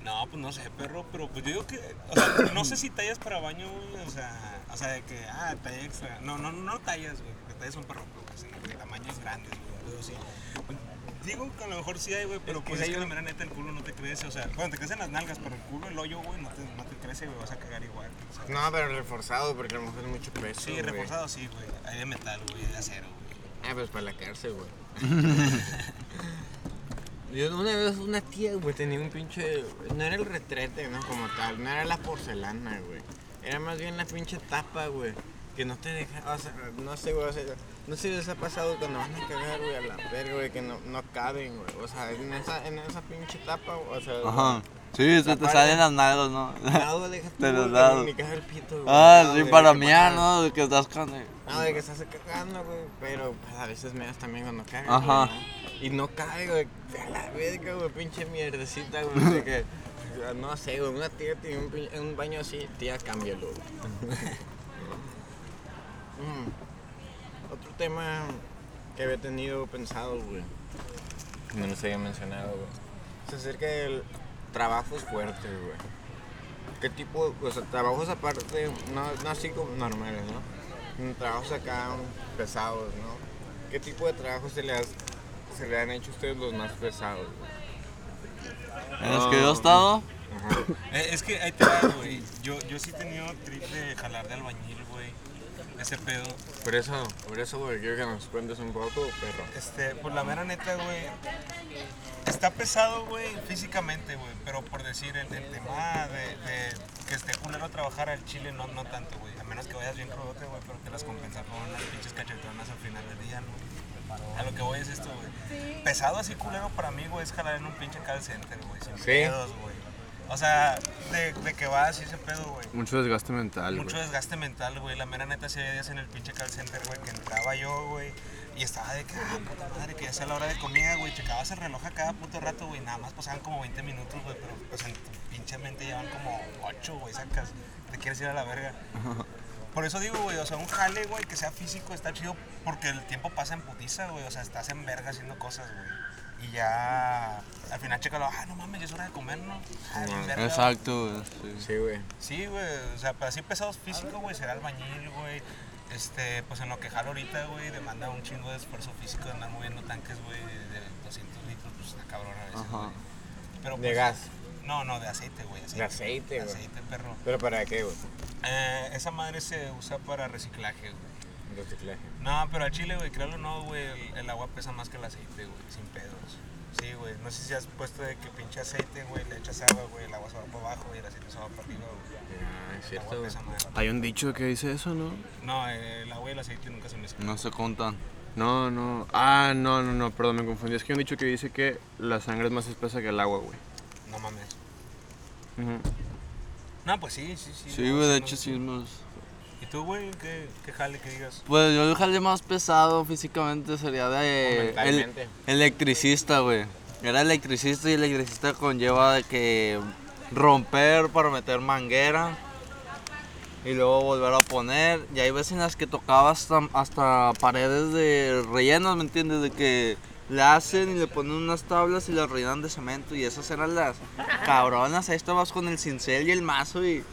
S1: No, pues no sé, perro, pero pues yo digo que, o sea, *coughs* no sé si tallas para baño, güey, o sea, o sea, de que, ah, talla extra. No, no, no tallas, güey, porque tallas son perro, güey, así, de tamaños grandes, güey, pero sí. Digo que a lo mejor sí hay, güey, pero
S4: Es que
S1: pues
S4: sí
S1: es
S4: hay
S1: que la
S4: un-
S1: mera neta el culo no te crece, o sea, bueno, te crecen las nalgas, pero el culo, el hoyo, güey, no te, no te crece, güey, vas a cagar igual. o sea.
S4: No, pero reforzado, porque a lo mejor es mucho peso.
S1: Sí,
S4: güey.
S1: reforzado sí, güey, hay de metal, güey, de acero, güey.
S4: Ah, pues para la cárcel, güey.
S7: *laughs*
S4: Yo una vez una tía, güey, tenía un pinche. No era el retrete, ¿no? Como tal, no era la porcelana, güey. Era más bien la pinche tapa, güey. Que no te dejaba, o sea, no sé, güey, o sea, No sé si les ha pasado cuando van a cagar, güey, a la verga, güey, que no, no caben, güey. O sea, en esa, en esa pinche etapa, güey, o sea...
S7: Ajá. Sí, se te
S4: Aparte-
S7: salen las nalgas, ¿no? *laughs*
S4: Lado, deja tú,
S7: De los
S4: güey,
S7: lados.
S4: Ni cagar el pito, güey.
S7: Ah,
S4: No,
S7: sí,
S4: de
S7: para
S4: que
S7: miar,
S4: para-
S7: ¿no? De que estás con...
S4: No, de que estás cagando, güey. Pero pues, a veces me das también cuando cagas.
S7: Ajá.
S4: güey, ¿no? Y no cae, güey. A la verga, güey. Pinche mierdecita, güey. De que, *laughs* no sé, güey. Una tía tiene un, pin- un baño así. Tía, cámbialo. güey. *laughs* Mm. Otro tema que había tenido pensado, güey. No los había mencionado, güey. Es acerca del trabajo fuerte, güey. ¿Qué tipo, o sea, trabajos aparte, no, no así como normales, ¿no? Mm, Trabajos acá mm, pesados, ¿no? ¿Qué tipo de trabajos se le, has- se le han hecho a ustedes los más pesados? güey?
S7: ¿En los que
S4: Ah.
S7: yo he estado?
S1: Eh, Es que ahí te va, güey. Yo, yo sí he tenido trip de jalar de albañil, güey. Ese pedo.
S4: Por eso, por eso, güey, quiero que nos cuentes un poco, perro.
S1: Este, por la mera neta, güey. Está pesado, güey, físicamente, güey. Pero por decir, el, el tema de, de que esté culero trabajar al chile, no, no tanto, güey. A menos que vayas bien crudote, güey, pero te las compensas con unas pinches cachetonas al final del día, ¿no? A lo que voy es esto, güey. Pesado así culero para mí, güey, es jalar en un pinche call center, güey. Sin
S4: Sí.
S1: pedos, güey. O sea, de, de que vas y ese pedo, güey.
S6: Mucho desgaste mental,
S1: Mucho
S6: güey.
S1: desgaste mental, güey. La mera neta, si había días en el pinche call center, güey, que entraba yo, güey. Y estaba de que, ah, puta madre, que ya sea la hora de comida, güey. Checabas el reloj a cada puto rato, güey. Nada más pasaban como 20 minutos, güey. Pero, pues, en tu pinche mente llevan como 8, güey. Sacas, te quieres ir a la
S6: *laughs*
S1: verga. Por eso digo, güey, o sea, un jale, güey, que sea físico está chido porque el tiempo pasa en putiza, güey. O sea, estás en verga haciendo cosas, güey. Y ya, al final, checalo, ah, no mames, ya es hora de comer, ¿no? Ah, bien verga,
S7: Exacto, güey, sí.
S4: Sí, güey.
S1: Sí, güey, o sea, pero así pesados físicos, güey, será albañil, güey. Este, pues en lo que jalo ahorita, güey, demanda un chingo de esfuerzo físico de andar moviendo tanques, güey, de 200 litros, pues está cabrón a veces.
S7: Ajá.
S1: güey. Pero,
S4: De
S1: pues,
S4: gas.
S1: No, no, de aceite, güey. Aceite,
S4: De aceite, güey.
S1: Aceite, perro.
S4: ¿Pero para qué, güey?
S1: Eh, esa madre se usa para reciclaje, güey.
S4: Reciclaje.
S1: No, pero al chile, güey, créalo o no, güey, el, el agua pesa más que el aceite, güey, sin pedos. Sí, güey, no sé si has puesto de que pinche aceite, güey, le echas agua, güey, el agua se va para abajo y el aceite se va para arriba, güey.
S4: Ah, es
S1: El agua
S4: cierto, güey.
S1: pesa más.
S6: Hay un dicho que dice eso, ¿no?
S1: No, eh, el agua y el aceite nunca se mezclan.
S7: No se contan.
S6: No, no. Ah, no, no, no, perdón, me confundí. Es que hay un dicho que dice que la sangre es más espesa que el agua, güey.
S1: No mames.
S6: Ujú.
S1: No, pues sí, sí, sí.
S7: Sí,
S1: no,
S7: güey,
S1: o sea,
S7: de
S1: no-
S7: hecho sí es más...
S1: ¿Y tú, güey? ¿Qué, qué jale que digas?
S7: Pues yo el jale más pesado físicamente sería
S4: O
S7: de...
S4: mentalmente.
S7: el- electricista, güey. Era electricista y electricista conlleva de que romper para meter manguera y luego volver a poner. Y hay veces en las que tocaba hasta, hasta paredes de rellenas, ¿me entiendes? De que le hacen y le ponen unas tablas y las rellenan de cemento y esas eran las cabronas. Ahí estabas con el cincel y el mazo y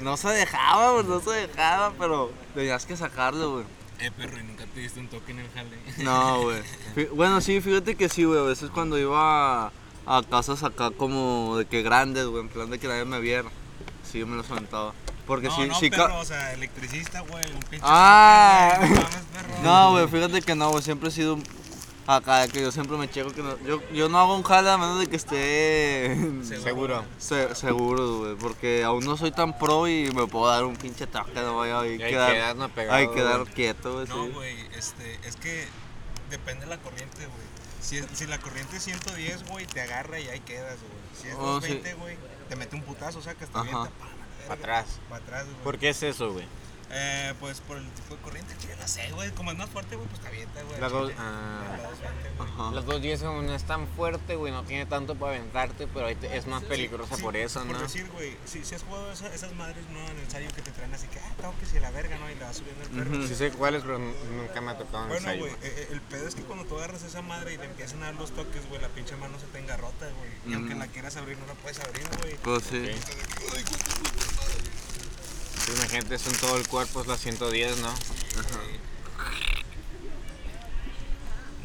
S7: no se dejaba, güey, no se dejaba, pero tenías que sacarlo, güey.
S1: Eh, perro, ¿y nunca te diste un toque en el jale?
S7: *laughs* No, güey. Fí- Bueno, sí, fíjate que sí, güey. A veces cuando iba a, a casas acá como de que grandes, güey, en plan de que nadie me viera. Sí, yo me los aventaba. Porque
S1: no,
S7: sí,
S1: no,
S7: sí. ca-
S1: perro, o sea, electricista, güey, un pinche...
S7: Ah.
S1: simple, güey, no mames,
S7: *laughs*
S1: perro.
S7: No, güey, fíjate que no, güey. Siempre he sido un- acá, de que yo siempre me checo que no. Yo, yo no hago un jale a menos de que esté
S4: Seguro.
S7: se- seguro, güey. Porque aún no soy tan pro y me puedo dar un pinche toque, no voy a
S4: Y
S7: ir
S4: ahí quedarnos pegados,
S7: Hay que quedar
S4: güey.
S7: quieto, güey.
S1: No,
S7: sí.
S1: güey, este, es que depende de la corriente, güey. Si, es- si la corriente es 110, güey, te agarra y ahí quedas, güey. Si es
S7: Oh,
S1: 220, güey, te mete un putazo, o sea, que está
S7: Ajá.
S1: bien
S4: Para atrás.
S1: Para atrás, güey.
S4: ¿Por qué es eso, güey?
S1: Eh, pues por el tipo de corriente, chile, no sé, güey. Como es más fuerte, güey, pues te avienta, güey.
S4: La
S1: al
S4: dos-
S1: chile.
S4: ah.
S1: La 220, güey.
S7: Ajá.
S4: Los dos días no es tan fuerte, güey, no tiene tanto para aventarte, pero ahí te- es más peligrosa
S1: Sí,
S4: Ah, por eso, ¿no?
S1: Por decir, güey, si, si has jugado esa- esas madres, ¿no? En ensayo que te traen así que, ah, tengo que si la verga, ¿no? Y la vas subiendo el perro.
S6: Mm.
S4: Sí sé cuáles, pero nu- nunca me ha tocado en
S1: Bueno,
S4: ensayo.
S1: güey,
S4: güey.
S1: eh, eh, el pedo es que cuando tú agarras esa madre y le empiezan a dar los toques, güey, la pinche mano se te engarrota, güey. Y aunque la quieras abrir, no la puedes abrir, güey.
S7: Pues sí.
S4: Sí, Imagínate, son todo el cuerpo, es la 110, ¿no?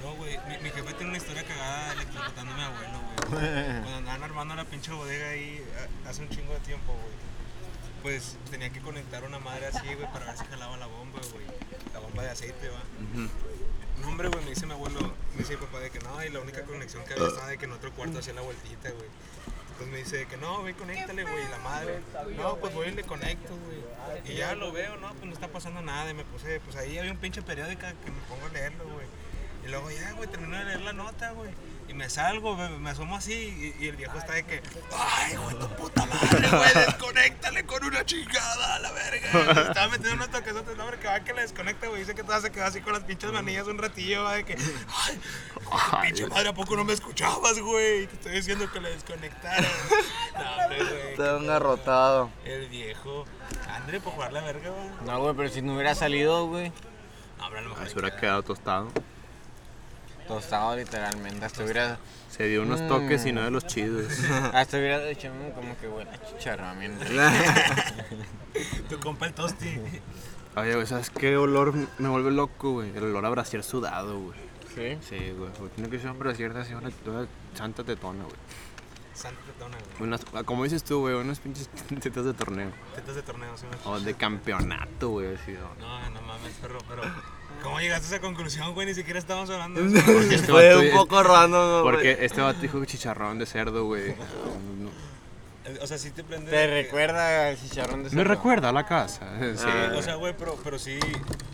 S1: No, güey, mi, mi jefe tiene una historia cagada electrocutando a mi abuelo, güey. Cuando andaban armando la pinche bodega ahí a- hace un chingo de tiempo, güey. Pues tenía que conectar una madre así, güey, para ver si jalaba la bomba, güey. La bomba de aceite, va. No, hombre, güey, me dice mi abuelo, me dice mi papá de que no, y la única conexión que había estaba de que en otro cuarto hacía la vueltita, güey. Pues me dice que no, ve, conéctale, güey, la madre. No, pues voy y le conecto, güey. Y ya lo veo, no, pues no está pasando nada. Y me puse, pues ahí había un pinche periódico que me pongo a leerlo, güey. Y luego ya, güey, termino de leer la nota, güey. Y me salgo, me, me asomo así y, y el viejo está de que, ay, güey, tu puta madre, güey, desconéctale con una chingada a la verga. Me estaba metiendo unos toquesotes, no, hombre, que va que le desconecta, güey. Dice que toda se quedó así con las pinches manillas un ratillo, va, de que, ay, tu pinche madre, ¿a poco no me escuchabas, güey? Te estoy diciendo que le desconectaron. No, hombre, güey.
S7: Está un garrotado.
S1: El viejo. André, por jugar la verga, güey.
S4: No, güey, pero si no hubiera salido, güey.
S1: No, hombre, a lo mejor.
S6: Se hubiera quedado tostado.
S4: Tostado literalmente. Hasta hubiera, *laughs*
S6: Se dio unos toques y no de los chidos.
S4: hasta hubiera dicho "Mm, como que buena chicharra, *laughs* bien rico".
S1: Tu compa el Tosti.
S6: Oye, güey, ¿sabes qué olor me vuelve loco, güey? El olor a brasier sudado, güey.
S4: Sí.
S6: Sí, güey. güey, Tiene que ser un brasier de así, una, una chanta tetona, güey.
S1: Santa tetona, güey.
S6: Unas, como dices tú, güey, unas pinches *laughs* tetas de torneo.
S1: Tetas de torneo, sí, güey.
S6: O de campeonato, güey, así, ¿no?
S1: No, no mames, perro, pero. ¿Cómo llegaste a esa conclusión, güey? Ni siquiera estábamos hablando de
S4: *laughs*
S1: eso.
S6: Porque este
S7: Fue
S6: vato-
S7: un poco random, güey.
S6: Porque este vato dijo chicharrón de cerdo, güey. No-
S1: O sea, sí te prende.
S4: Te recuerda al
S6: *laughs*
S4: chicharrón de
S6: Me
S4: cerdo.
S6: recuerda a la casa. *laughs* Sí.
S1: O sea, güey, pero, pero sí.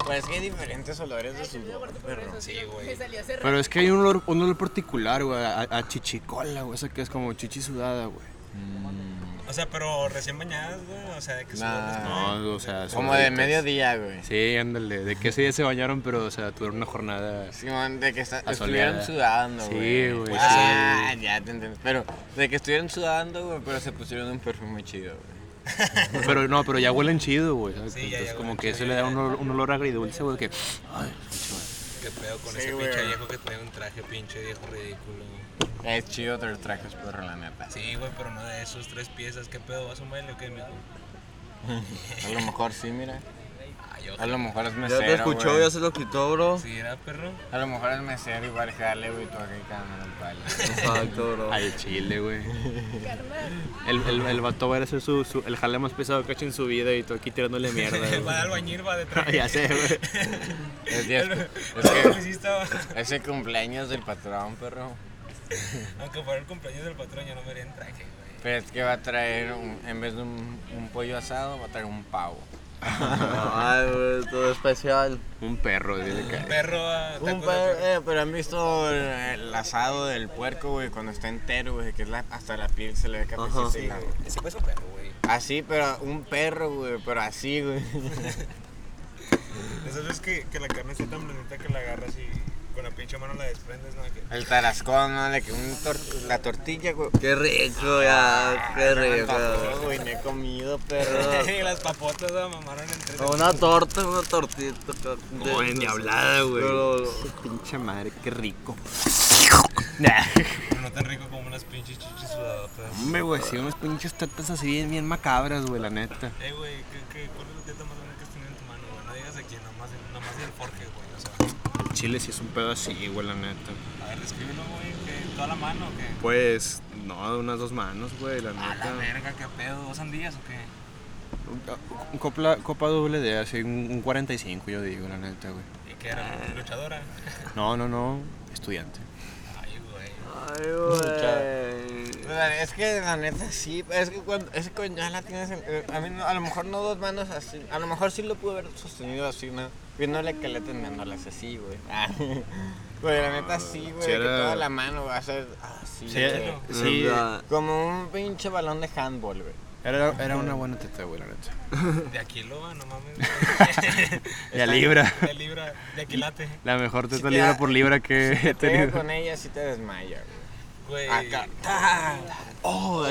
S4: Pues que hay diferentes olores de sudor, perro.
S1: Sí, güey.
S6: Pero es que hay un olor, un olor particular, güey, a, a chichicola, güey. Esa que es como chichi sudada, güey.
S1: O sea, pero recién bañadas, güey. O sea, de que
S4: Nah.
S1: sudores, ¿no?
S6: No, o sea,
S4: Como de
S6: sudaditas.
S4: mediodía, güey.
S6: Sí, ándale. De que ese día se bañaron, pero, o sea, tuvieron una jornada.
S4: Simón, de que está-
S6: Asoleada.
S4: estuvieron sudando,
S6: Sí,
S4: güey.
S6: güey, sí.
S4: Ah, ya te entendí. Pero de que estuvieron sudando, güey, pero se pusieron un perfume chido, güey.
S6: Pero no, pero ya huelen chido, güey. ¿sabes?
S1: Sí, ya, ya
S6: Entonces, como
S1: huelen
S6: que eso le da un olor, un olor agridulce, güey, que. Ay,
S1: Qué pedo con
S4: Sí,
S1: ese
S4: güey.
S1: pinche viejo que trae un traje pinche viejo ridículo.
S4: Es chido traer trajes, perro, la neta.
S1: Sí, güey, pero no de esos tres piezas. ¿Qué pedo? ¿Vas a un baile o qué, mijo?
S4: A lo mejor sí, mira.
S1: Ay,
S4: A
S1: ojalá.
S4: lo mejor es
S7: Ya
S4: mesero,
S7: te escuchó,
S4: güey.
S7: ya se lo quitó,
S4: Oh.
S7: bro.
S1: Sí, era perro.
S4: A lo mejor es mesero igual jale, güey, tú aquí cagando el palo.
S7: Exacto, bro.
S6: *laughs* Ay, el chile, güey. El, el, el vato va a hacer su, su- el jale más pesado que ha hecho en su vida y tú aquí tirándole *laughs* mierda.
S1: *laughs* va de
S6: güey.
S1: albañil,
S4: *laughs*
S1: va de traje.
S6: ya sé, güey.
S4: Es, día-
S1: El-
S4: es
S1: el
S4: que
S1: publicista va-
S4: es el cumpleaños del patrón, perro.
S1: Aunque fuera el cumpleaños del patrón, yo no me haría en traje, güey.
S4: Pero es que va a traer, un- en vez de un, un pollo asado, va a traer un pavo.
S7: Ay, güey, todo especial.
S6: Un perro, dile que.
S1: Perro ah,
S4: Un
S1: tacos de
S4: pe-
S1: perro.
S4: eh, pero han visto el, el asado del puerco, güey, cuando está entero, güey, que es la- hasta la piel se le ve cafecita. y la-
S1: Ese fue su perro, güey.
S4: Así, pero un perro, güey, pero así, güey.
S1: Esas veces que, que la carne está tan blandita que la agarras y con la pinche mano la desprendes, ¿no? Que-
S4: El tarascón, ¿no? De que un tor- la tortilla, güey.
S7: Qué rico, ya. Qué
S4: Me
S7: rico.
S4: antojó, güey, no he comido, perro.
S1: *laughs* Y las papotas la mamaron entre
S7: O Una torta, una tortita. acá, de-
S6: Como endiablada, güey.
S7: Pero-
S6: Pinche madre, qué
S4: *laughs*
S6: rico.
S1: Pero no tan rico como unas pinches chichis sudadotas.
S6: Hombre, güey, si unas pinches tetas así bien, bien macabras, güey, la neta.
S1: Eh, güey, ¿qué, qué, ¿cuál es la teta más grande que has tenido en tu mano, güey? No digas aquí, nomás, nomás del forje, güey. O sea,
S6: El chile sí es un pedo así, güey, la neta.
S1: a ver, descríbelo, güey, que toda la mano, o qué?
S6: Pues, no, de unas dos manos, güey, la
S1: A la
S6: neta.
S1: verga, qué pedo, dos sandías o qué?
S6: Un copla- copa doble de así, un un 45, yo digo, la neta, güey.
S1: ¿Y qué
S4: Ah.
S1: era? ¿Luchadora?
S6: No, no, no, estudiante.
S1: Ay, güey.
S4: *laughs*
S7: Ay, güey.
S4: La- Es que la neta sí, es que cuando, es que cuando ya la tienes, en- eh, a mí no- a lo mejor no dos manos así, a lo mejor sí lo pude haber sostenido así, ¿no? Viéndole que le tendiéndolas así, güey. *laughs* Ah, Güey, la neta sí, güey,
S6: sí
S4: que
S6: era-
S4: toda la mano va a ser así, güey.
S6: sí,
S7: Ya.
S4: Como un pinche balón de handball,
S6: *laughs*
S4: güey.
S6: era, era una buena teta, güey, la neta.
S1: De aquí lo va, no mames.
S4: *laughs*
S6: Ya libra. *laughs*
S1: De libra, de aquilate.
S6: La mejor teta
S4: te
S6: libra
S4: da-
S6: por libra que he
S4: Pero
S6: tenido.
S4: con ella sí te desmaya, güey.
S1: Güey.
S4: Acá.
S6: Oh,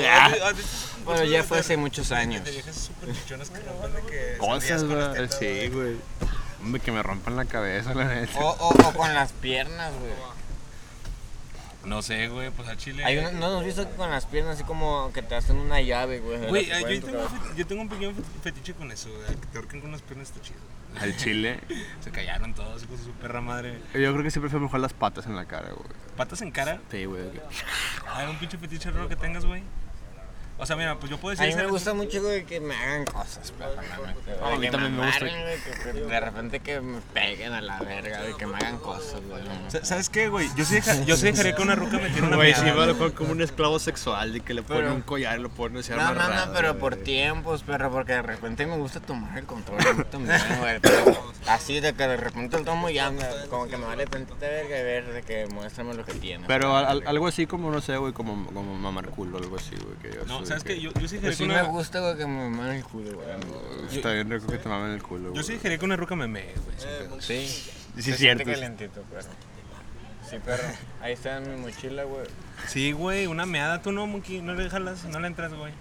S4: Bueno, ya fue hace muchos años.
S1: De viejas súper chichonas que rompen de que. sandías
S6: Cosas,
S1: con este las
S6: güey.
S1: tetas,
S6: Sí, güey. Hombre, que me rompan la cabeza, la neta.
S4: O, o, o con las piernas, güey.
S1: No sé, güey, pues al chile.
S4: Hay una- ¿No nos visto que con las piernas así como que te hacen una llave, güey?
S1: Güey,
S6: ah,
S4: la que pueden
S1: yo tengo,
S4: tocar?
S1: fe- yo tengo un pequeño fe- fetiche con eso, güey. Que te ahorquen con las piernas está chido.
S6: Al chile.
S1: Se callaron todos, hijos de su perra madre.
S6: Yo creo que siempre fue mejor las patas en la cara, güey.
S1: ¿Patas en cara? ah,
S6: Sí, güey. de que-
S1: ¿Hay un pinche fetiche raro que tengas, güey? O sea, mira, pues yo puedo
S4: A
S1: decir.
S4: mí me
S1: ¿sabes?
S4: gusta mucho, güey, que me hagan cosas, pero no,
S6: A mí también me gusta.
S4: de repente que me peguen a la verga, güey, que me hagan cosas, güey.
S1: Sa- ¿Sabes qué, güey? Yo sí, deja- yo *laughs* sí dejaría que una ruca me tire una
S6: Güey,
S4: ah,
S6: sí,
S1: mirada,
S6: me lo como un esclavo sexual, de que le pone
S4: Pero-
S6: un collar, lo pone así
S4: No, no,
S6: amarrado,
S4: no, pero
S6: güey.
S4: por tiempos, perro, porque de repente me gusta tomar el control a mí también, güey. pero Así de que de repente lo tomo y ya, me- como que me vale tantita verga y ver de que muéstrame lo que tiene.
S6: Pero al- al- algo así como, no sé, güey, como, como mamar culo, algo así, güey. que yo
S1: No,
S6: soy
S1: ¿sabes
S6: que-
S1: qué? Yo, yo sí
S4: Pues
S1: dejaría que
S4: sí me
S1: una.
S4: gusta, güey, que me mamen el culo, güey.
S6: Está bien rico que te mamen el culo,
S1: Yo
S6: güey.
S1: sí dejaría que una ruca me mee, güey. sin pedo.
S4: Sí.
S6: Sí,
S4: Se
S6: cierto.
S4: siente calentito, perro. Sí, perro. Ahí está en mi mochila, güey.
S1: Sí, güey, una meada. Tú no, Monkey, no le jalas, no le entras, güey.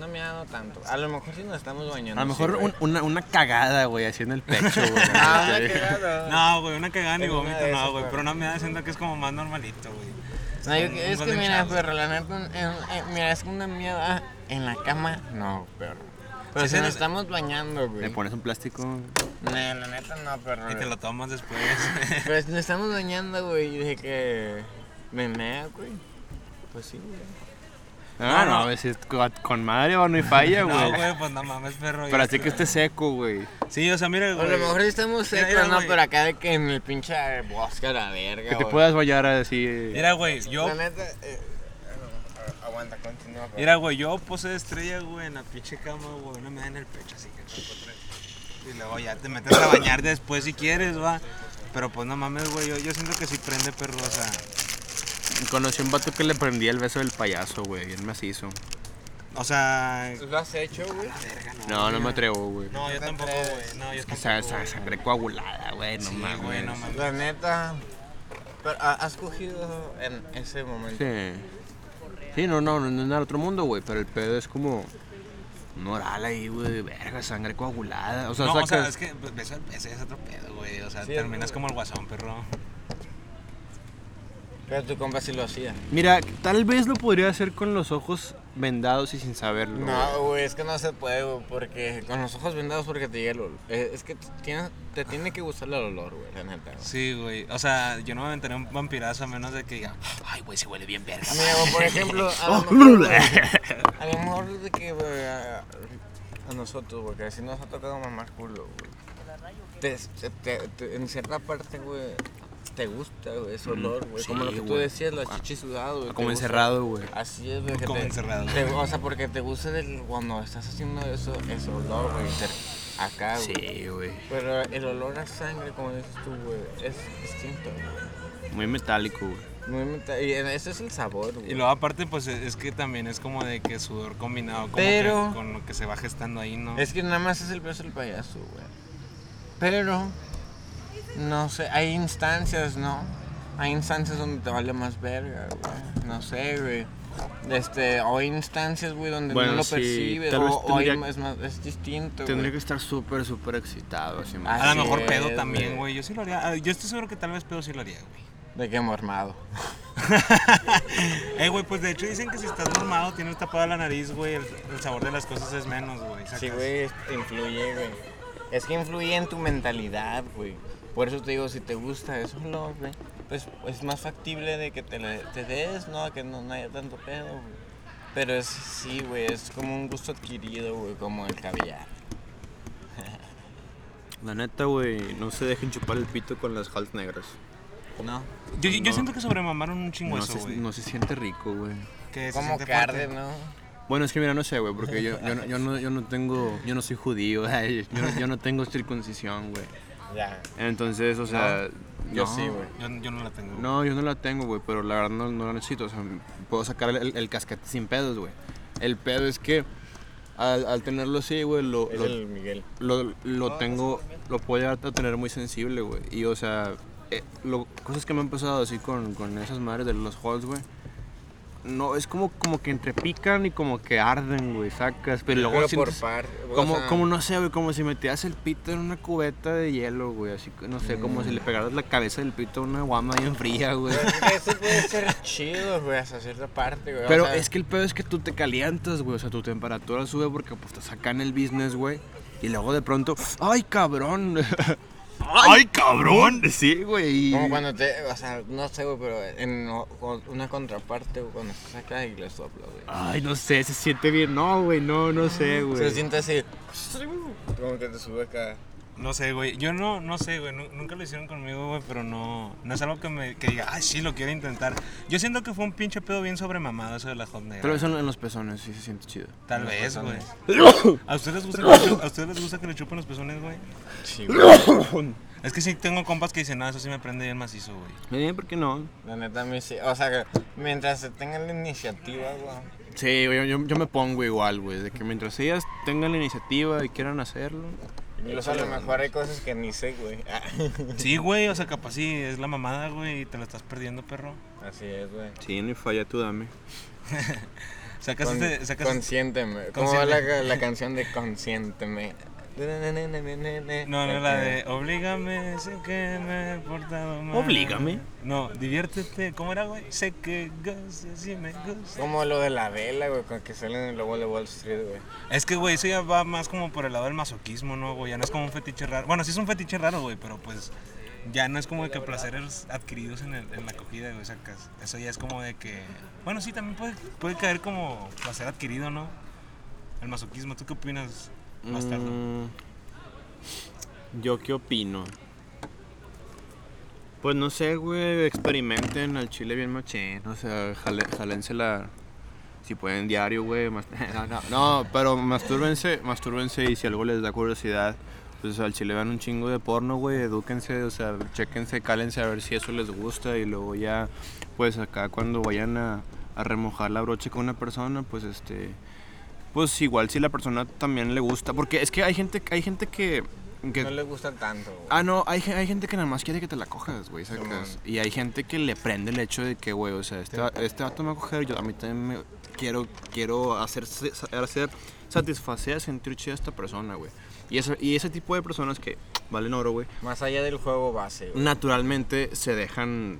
S4: No me ha dado tanto. A lo mejor si nos estamos bañando.
S6: A lo
S4: sí,
S6: mejor
S4: güey.
S6: un- una, una cagada, güey, así en el pecho, güey.
S4: *laughs*
S1: *laughs*
S4: Ah,
S6: Sí.
S4: cagado.
S1: No, güey, una cagada ni
S4: En una
S1: vómito,
S4: de esas,
S1: no, güey.
S4: güey.
S1: Pero una meada siento que es como más normalito, güey.
S4: No, yo-
S1: Un-
S4: es
S1: un
S4: que
S1: golden
S4: mira,
S1: shower.
S4: perro, la neta, en- en- eh, mira, es que una mierda en la cama, no, perro. Pero
S1: Sí,
S4: si
S1: sí,
S4: nos
S1: no-
S4: estamos bañando,
S6: Le
S4: güey. No,
S6: pones un plástico.
S4: la neta no, perro.
S1: Y te lo tomas después.
S6: *laughs*
S1: *laughs*
S4: Pero si nos estamos bañando, güey, y de que me mea, güey. Pues sí, güey.
S1: No,
S6: Ah, no,
S1: no.
S6: a veces con, con madre, va, *laughs* no hay falla,
S1: No,
S6: güey.
S1: güey, pues no mames, perro.
S6: pero
S1: ya
S6: así que esté seco, güey.
S1: Sí, o sea, mira,
S4: O a
S1: güey.
S4: lo mejor estamos
S1: Mira,
S4: secos,
S1: mira,
S4: no,
S1: güey.
S4: pero acá de que en el pinche bosque a la verga,
S6: Que te
S4: güey.
S6: puedas bañar así. eh.
S1: Mira, güey, yo.
S4: La neta, eh, a- aguanta, continúa, perro.
S1: Mira, güey, yo pose de estrella, güey, en la pinche cama, güey. Una meada en el pecho, así que tampoco trae- Y luego ya te metes a bañar después si quieres, va. Pero pues no mames, güey. Yo, yo siento que si prende, perro, o sea.
S6: Conocí un vato que le prendía el beso del payaso, güey. Él me hizo.
S1: O sea.
S4: ¿Tú lo has hecho, güey?
S6: No, no me atrevo, güey.
S1: No, yo tampoco, güey. No, yo
S6: Es que sabe,
S1: tampoco.
S6: sabe, sangre coagulada, güey, no
S1: Sí,
S6: mames.
S1: güey, no mames.
S4: La neta. Pero, ¿ha- ¿Has cogido en ese momento?
S6: Sí. Sí, no, no, no, no es nada del otro mundo, güey, pero el pedo es como un oral ahí, güey, verga, sangre coagulada. O sea,
S1: No, o sea,
S6: sacas-
S1: es que pues, beso al pez es otro pedo, güey. O sea, terminas como el guasón, perro.
S4: Pero tu compa sí lo hacía.
S6: Mira, tal vez lo podría hacer con los ojos vendados y sin saberlo. güey.
S4: No, güey, es que no se puede, güey, porque con los ojos vendados porque te llega el olor. Eh, Es que t- tienes- te tiene que gustar el olor, güey, la neta. güey.
S1: Sí, güey. O sea, yo no me meteré un vampirazo a menos de que diga, ay, güey, se huele bien verga.
S4: Mira, güey, por ejemplo, a lo mejor, güey, a lo mejor de que, güey, a, a nosotros, güey, que así nos ha tocado mamar culo, güey. Te, te- te- te- en cierta parte, güey, te gusta, güey, ese olor, güey.
S6: Mm, sí,
S4: como lo que tú
S6: güey. Ah,
S4: decías, la chichi sudado, güey.
S6: Como
S4: te gusta.
S6: encerrado, güey.
S4: Así es, güey. que
S1: Como
S4: te-
S1: encerrado.
S4: te- o sea, porque te gusta el- cuando estás haciendo eso, ese olor, güey. te-
S1: Ah,
S4: Acá, güey.
S6: Sí, güey.
S4: Pero el olor a sangre, como dices tú, güey, es distinto, güey.
S6: Muy metálico, güey.
S4: Muy meta- Y ese es el sabor, güey.
S1: Y luego aparte, pues es es que también es como de que sudor combinado como
S4: Pero-
S1: que con lo que se va gestando ahí, ¿no?
S4: Es que nada más es el beso del payaso, güey. Pero, no sé, hay instancias, ¿no? Hay instancias donde te vale más verga, güey. No sé, güey. Este, o hay instancias, güey, donde
S6: Bueno,
S4: no lo
S6: sí,
S4: percibes.
S6: tal
S4: O,
S6: vez
S4: o hay-
S6: tendría-
S4: es, más, es distinto,
S6: Tendría
S4: güey.
S6: que estar súper, súper excitado, así, más.
S1: a
S4: así
S1: lo mejor
S4: es,
S1: pedo
S4: güey.
S1: también, güey. Yo sí lo haría. ah, Yo estoy seguro que tal vez pedo sí lo haría, güey. *laughs*
S4: De que mormado.
S1: Eh, güey, pues de hecho dicen que si estás normado, tienes tapada la nariz, güey, el, el sabor de las cosas es menos, güey.
S4: Sí,
S1: sacas.
S4: güey, es- influye, güey. Es que influye en tu mentalidad, güey. Por eso te digo, si te gusta eso, no, güey. Pues es más factible de que te, le- te des, ¿no? Que no, no haya tanto pedo, güey. Pero es, sí, güey, es como un gusto adquirido, güey, como el caviar.
S6: La neta, güey, no se dejen chupar el pito con las jals negras.
S4: ¿No?
S1: Yo, yo- yo
S6: No.
S1: siento que sobremamaron un chingo
S6: No
S1: eso,
S6: se,
S1: güey.
S6: no se siente rico, güey.
S1: Que se
S4: Como
S1: siente
S4: que
S1: fuerte.
S4: arde, ¿no?
S6: Bueno, es que mira, no sé, güey, porque yo, yo, no, yo, no, yo no tengo, yo no soy judío, *laughs* ay, yo, no, yo no tengo circuncisión, güey.
S4: Ya.
S6: Entonces, o sea...
S4: Yo
S6: no.
S4: sí, güey.
S1: Yo, yo no la tengo. güey.
S6: No, yo no la tengo, güey, pero la verdad no, no la necesito. O sea, puedo sacar el, el- el casquete sin pedos, güey. El pedo es que al, al tenerlo así, güey, lo,
S4: Es
S6: lo-
S4: el Miguel.
S6: lo, lo tengo, lo puedo llegar a tener muy sensible, güey. Y, o sea, eh, lo- cosas que me han pasado así con, con esas madres de los halls, güey. No, es como, como que entrepican y como que arden, güey, sacas. Pero luego
S4: Pero por
S6: sientes-
S4: par. o
S6: como,
S4: sea,
S6: como no sé, güey, como si metías el pito en una cubeta de hielo, güey. Así, que, no sé, como si
S4: Mm.
S6: le pegaras la cabeza del pito a una guama bien fría, güey.
S4: Eso puede ser chido, güey, hasta cierta parte, güey. o
S6: Pero
S4: sea,
S6: es que el pedo es que tú te calientas, güey. O sea, tu temperatura sube porque pues estás acá en el business, güey. Y luego de pronto, *laughs* ¡ay, cabrón!
S1: ¡Ay,
S6: *laughs*
S1: cabrón!
S7: Sí, güey. y-
S4: Como cuando te, o sea, no sé, güey, pero en o- o- una contraparte, güey, cuando estás acá y le sopla, güey.
S7: Ay, no sé, se siente bien. No, güey, no, no sé, güey.
S4: Se siente así, como que te sube acá.
S1: No sé, güey. Yo no, no sé, güey. Nu- Nunca lo hicieron conmigo, güey, pero no, no es algo que me que diga, ay, sí, lo quiero intentar. Yo siento que fue un pinche pedo bien sobremamado eso de la hot negra.
S6: Tal vez en en los pezones, sí se siente chido.
S1: Tal vez, güey. ¿A ustedes les gusta que le chu- a ustedes les gusta que le chupen los pezones, güey?
S4: Sí, güey.
S1: Es que sí tengo compas que dicen, no, eso sí me prende bien macizo, güey.
S6: Eh, ¿por qué no?
S4: La neta, me sí. O sea, que mientras se tenga la iniciativa, güey.
S6: Sí, güey, yo, yo me pongo igual, güey. De que mientras ellas tengan la iniciativa y quieran hacerlo.
S4: Incluso a lo mejor hay cosas que ni sé, güey. *laughs*
S1: Sí, güey, o sea, capaz sí es la mamada, güey, y te la estás perdiendo, perro.
S4: Así es, güey.
S6: Sí, no hay falla, tú dame.
S1: Sacas este,
S4: Con-
S1: sacas
S4: Consiénteme. ¿Cómo va la,
S1: Consiénteme.
S4: la canción de *laughs* Consiénteme?
S1: No, no, la de Oblígame, sé que me he portado mal.
S6: Oblígame.
S1: No, diviértete. ¿Cómo era, güey? Sé que gozo, sí me gusta.
S4: Como lo de la vela, güey, con que salen en el lobo de Wall Street, güey.
S1: Es que, güey, eso ya va más como por el lado del masoquismo, ¿no, güey? Ya no es como un fetiche raro. Bueno, sí es un fetiche raro, güey, pero pues ya no es como de que placeres adquiridos en, el- en la acogida, güey, sacas. Eso ya es como de que. Bueno, sí, también puede, puede caer como placer adquirido, ¿no? El masoquismo. ¿Tú qué opinas, bastardo?
S6: Mm, Yo qué opino. Pues no sé, güey, experimenten al chile bien machín. O sea, jale, jalénsela. Si pueden diario, güey. mas- *laughs* No, no, no, pero mastúrbense, mastúrbense y si algo les da curiosidad, pues al chile vean un chingo de porno, güey. Edúquense, o sea, chéquense, cálense a ver si eso les gusta y luego ya, pues acá cuando vayan a, a remojar la brocha con una persona, pues este pues igual si la persona también le gusta. Porque es que hay gente, hay gente que. que-
S4: No le gusta tanto, güey.
S6: Ah, no, hay, gen- hay gente que nada más quiere que te la cojas, güey, sacas. Y hay gente que le prende el hecho de que, güey, o sea, este, va- este vato me va a coger, yo a mí también me quiero, quiero hacer, hacer satisfacer, sentir chida a esta persona, güey. Y, eso- y ese tipo de personas que valen oro, güey,
S4: Más allá del juego base, güey.
S6: naturalmente se dejan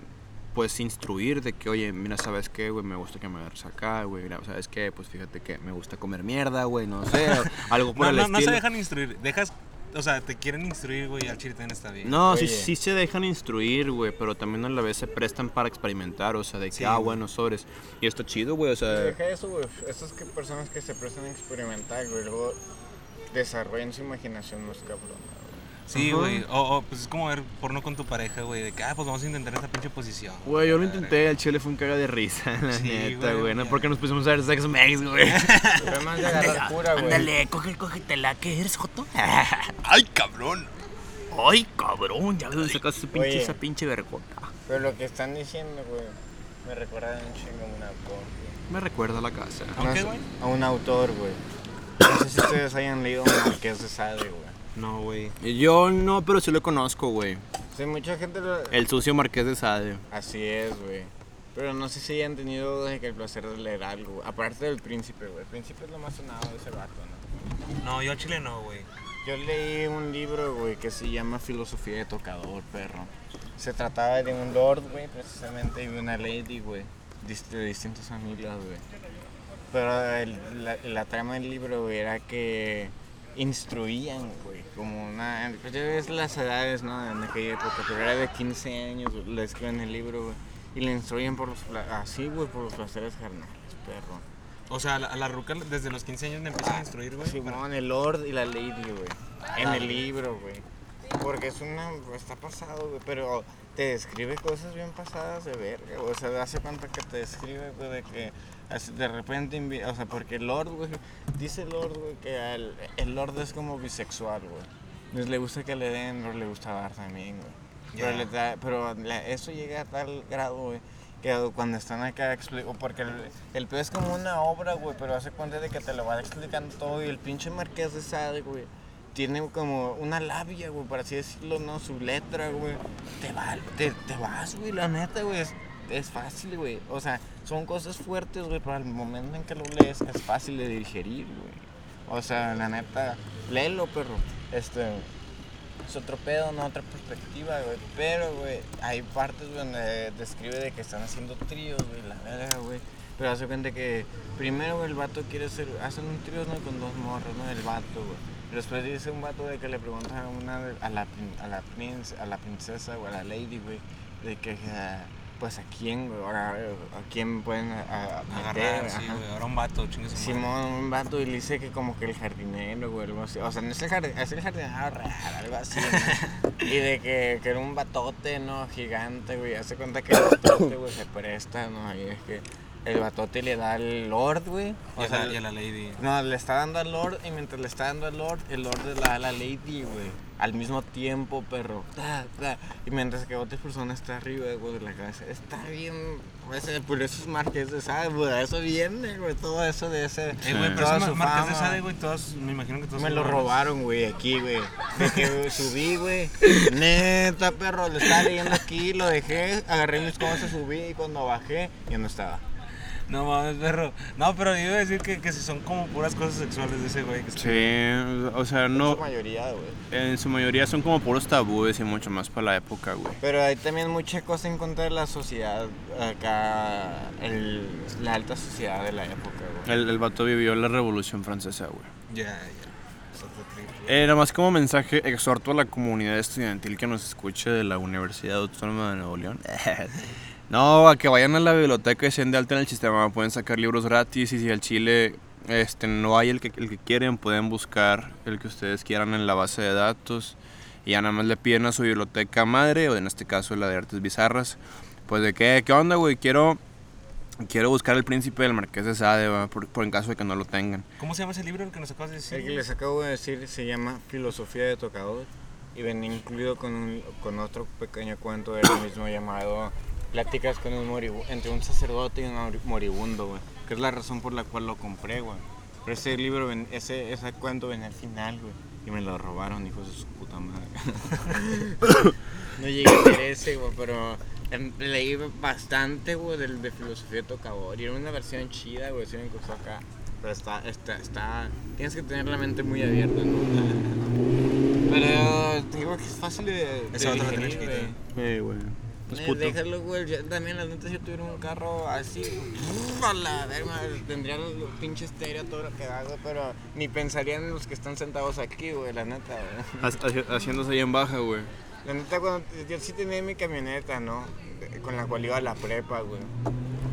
S6: pues instruir de que, oye, mira, ¿sabes qué, güey? Me gusta que me agarres acá, güey. Mira, ¿sabes qué? Pues fíjate que me gusta comer mierda, güey,
S1: *laughs*
S6: no sé, o algo por
S1: No,
S6: el
S1: no, no
S6: estilo.
S1: se dejan instruir. Dejas. O sea, te quieren instruir, güey, al chile también está bien.
S6: No, sí,
S4: Oye.
S6: sí se dejan instruir, güey, pero también a la vez se prestan para experimentar, o sea, de que,
S1: Sí,
S6: ah,
S1: güey.
S6: bueno, sobres. Y está chido, güey, o sea,
S4: Deja eso, güey. Estas que personas que se prestan a experimentar, güey, luego desarrollan su imaginación más cabrón.
S1: Sí, güey. O, o, pues es como ver porno con tu pareja, güey. De que, ah, pues vamos a intentar esta pinche posición.
S6: Güey, yo lo intenté, el chile fue un caga de risa, *laughs* la
S1: Sí,
S6: neta,
S1: güey,
S6: güey. No
S1: ya.
S6: porque nos pusimos a ver Sex Mex, *laughs* güey.
S4: Pero más de agarrar pura, güey.
S3: Ándale, coge, cógetela, ¿qué eres, Joto? *laughs*
S6: ¡Ay, cabrón!
S3: Ay, cabrón, ya ves, sacas su pinche,
S4: Oye.
S3: esa pinche vergota.
S4: Pero lo que están diciendo, güey, me recuerda un chingo a una porno.
S6: Me recuerda a la casa.
S1: ¿A qué,
S4: No
S1: güey?
S4: sé, A un autor, güey. No sé si ustedes hayan leído Marqués de Sade, güey.
S1: No, güey.
S6: Yo no, pero sí lo conozco, güey.
S4: Sí, mucha gente lo...
S6: El sucio Marqués de Sade.
S4: Así es, güey. Pero no sé si hayan tenido de que el placer de leer algo. Aparte del príncipe, güey. El príncipe es lo más sonado de ese vato, ¿no?
S1: No, yo al chile no, güey.
S4: Yo leí un libro, güey, que se llama Filosofía de Tocador, perro. Se trataba de un lord, güey, precisamente, y de una lady, güey. dis- De distintas familias, güey. Pero el- la, la trama del libro, güey, era que instruían, güey. Como una. Pues ya ves las edades, ¿no? En aquella época, pero era de 15 años, güey, la escriben en el libro, güey. Y le instruyen por los. pla- Así, güey, por los placeres carnales, perro.
S1: O sea, a la, a la ruca desde los 15 años le
S4: Ah,
S1: empiezan a instruir, güey. para-
S4: Simón, el Lord y la Lady, güey. En el libro, güey. Porque es una. Está pasado, güey. Pero te describe cosas bien pasadas de verga. güey. O sea, hace cuenta que te describe, güey, de que así de repente. invi- O sea, porque el Lord, güey. Dice el Lord, güey, que al- el Lord es como bisexual, güey. Entonces Pues le gusta que le den, pero le gusta dar también, güey. Pero,
S1: Ya.
S4: le da- pero la- eso llega a tal grado, güey, que cuando están acá explico, porque el, el pedo es como una obra, güey, pero hace cuenta de que te lo van explicando todo y el pinche marqués de Sade, güey, tiene como una labia, güey, por así decirlo, ¿no? Su letra, güey, te, va, te, te vas, güey, la neta, güey, es, es fácil, güey. O sea, son cosas fuertes, güey, pero al momento en que lo lees es fácil de digerir, güey. O sea, la neta, léelo, perro. Este, es otro pedo, no otra perspectiva, güey. Pero, güey, hay partes donde describe de que están haciendo tríos, güey, la verga, güey. Pero hace cuenta que primero, güey, el vato quiere hacer, hacen un trío, ¿no? Con dos morros, ¿no? El vato, güey. Después dice un vato de que le preguntan a, una, de- a, la, prin- a, la, prince- a la princesa o a la lady, güey, de que, ah, pues a quién, güey, ahora, a quién pueden a- a- meter,
S1: Agarrar, sí,
S4: ajá.
S1: güey. Ahora un vato, chingue su madre.
S4: Simón, un vato, y le dice que como que el jardinero, güey, algo así. O sea, no es el jardinero, es el jardinero raro, algo así. ¿no? y de que, que era un batote, ¿no? Gigante, güey. Hace cuenta que el batote, güey, se presta, ¿no? Y es que el batote le da al Lord, güey.
S1: Y
S4: O
S1: a la-
S4: sea,
S1: y a la lady.
S4: no, le está dando al Lord, y mientras le está dando al Lord, el Lord le da a la Lady, güey. Al mismo tiempo, perro. Ta, ta. Y mientras que otra persona está arriba, güey, de la cabeza. Está bien. Pues, eh, por eso es Marqués de Sade, güey. a Eso viene, güey. Todo eso de ese.
S1: Eh, güey, pero
S4: toda
S1: esos
S4: su
S1: marcas de
S4: fama.
S1: Sade, güey, todas, me imagino que todas
S4: Me
S1: son
S4: lo
S1: buenas.
S4: robaron, güey, aquí, güey. De que güey, subí,
S1: *laughs*
S4: güey. Neta, perro, lo estaba leyendo aquí, lo dejé, agarré mis cosas, subí y cuando bajé, ya no estaba.
S1: No mames, perro. No, pero yo iba a decir que, que si son como puras cosas sexuales de ese güey. que está-
S6: Sí, o sea, no.
S4: La mayoría, güey.
S6: En su mayoría son como puros tabúes y mucho más para la época, güey.
S4: Pero hay también mucha cosa en contra de la sociedad, acá, el- la alta sociedad de la época, güey.
S6: El, el vato vivió la revolución francesa, güey.
S1: Ya, ya. Está todo triste.
S6: Eh, nada más como mensaje, exhorto a la comunidad estudiantil que nos escuche de la Universidad Autónoma de Nuevo León. *laughs* no, a que vayan a la biblioteca y sean de alta en el sistema. Pueden sacar libros gratis y si al chile este, no hay el que, el que quieren, pueden buscar el que ustedes quieran en la base de datos. Y ya nada más le piden a su biblioteca madre, o en este caso la de artes bizarras, pues de qué, qué onda, güey, quiero, quiero buscar el príncipe del marqués de Sade, va, por, por en caso de que no lo tengan.
S1: ¿Cómo se llama ese libro el que nos acabas de decir?
S4: El que les acabo de decir se llama Filosofía de Tocador y viene incluido con, un- con otro pequeño cuento del mismo llamado Pláticas con un moribundo, entre un sacerdote y un mori- moribundo, güey. Que es la razón por la cual lo compré, güey. Pero ese libro, ven- ese, ese cuento venía al final, güey. Y me lo robaron, hijos de su puta madre. *laughs* no llegué a leer ese, güey, pero em, leí bastante, güey, del de filosofía de Tocador. Y era una versión chida, güey, se me costó acá. Pero está, está, está. Tienes que tener la mente muy abierta, ¿no? *laughs* Pero te digo que es fácil de. de
S1: Ese vato lo tenía
S4: digerir,
S1: chiquito,
S4: güey.
S1: ¿eh?
S6: Eh, güey. Pues
S4: Eh,
S6: puto.
S4: Déjalo, güey. Yo también, la neta, si yo tuviera un carro así, uf, a la verga, tendría el pinche estéreo, todo lo que hago, pero ni pensaría en los que están sentados aquí, güey, la neta, güey.
S6: Haci- Haciéndose ahí en baja, güey.
S4: La neta, cuando yo sí tenía mi camioneta, ¿no? De- Con la cual iba a la prepa, güey.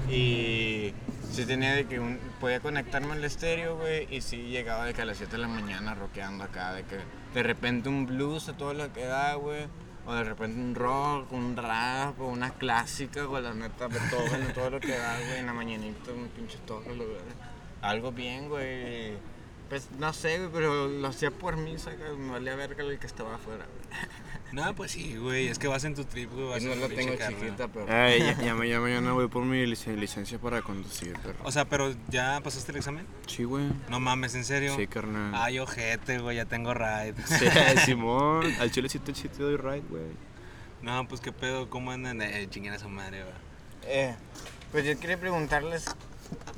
S4: Y sí tenía de que un- podía conectarme al estéreo, güey. Y sí llegaba de que a las 7 de la mañana rockeando acá. De que de repente un blues a todo lo que da, güey. O de repente un rock, un rap, o una clásica, güey. La neta, Beethoven, a todo lo que da, güey. En la mañanita, un pinche toque, lo- Algo bien, güey. Pues no sé, güey, pero lo hacía por mí, sacas, me valía verga el que estaba afuera, güey.
S1: No, pues sí, güey. Es que vas en tu trip, güey. Vas
S4: Y
S1: en
S4: no
S1: tu
S4: la
S1: pinche
S4: tengo
S1: carro.
S4: chiquita, pero.
S6: Ay, ya, ya, ma- ya mañana voy por mi lic- licencia para conducir, perro.
S1: O sea, pero ¿ya pasaste el examen?
S6: Sí, güey.
S1: No mames, ¿en serio?
S6: Sí, carnal.
S1: Ay, ojete, güey. Ya tengo ride.
S6: Sí, Simón. Al chile sí te, sí te doy ride, güey.
S1: *laughs* No, pues qué pedo. ¿Cómo andan? Eh, chinguen a su madre, güey.
S4: Eh, pues yo quería preguntarles,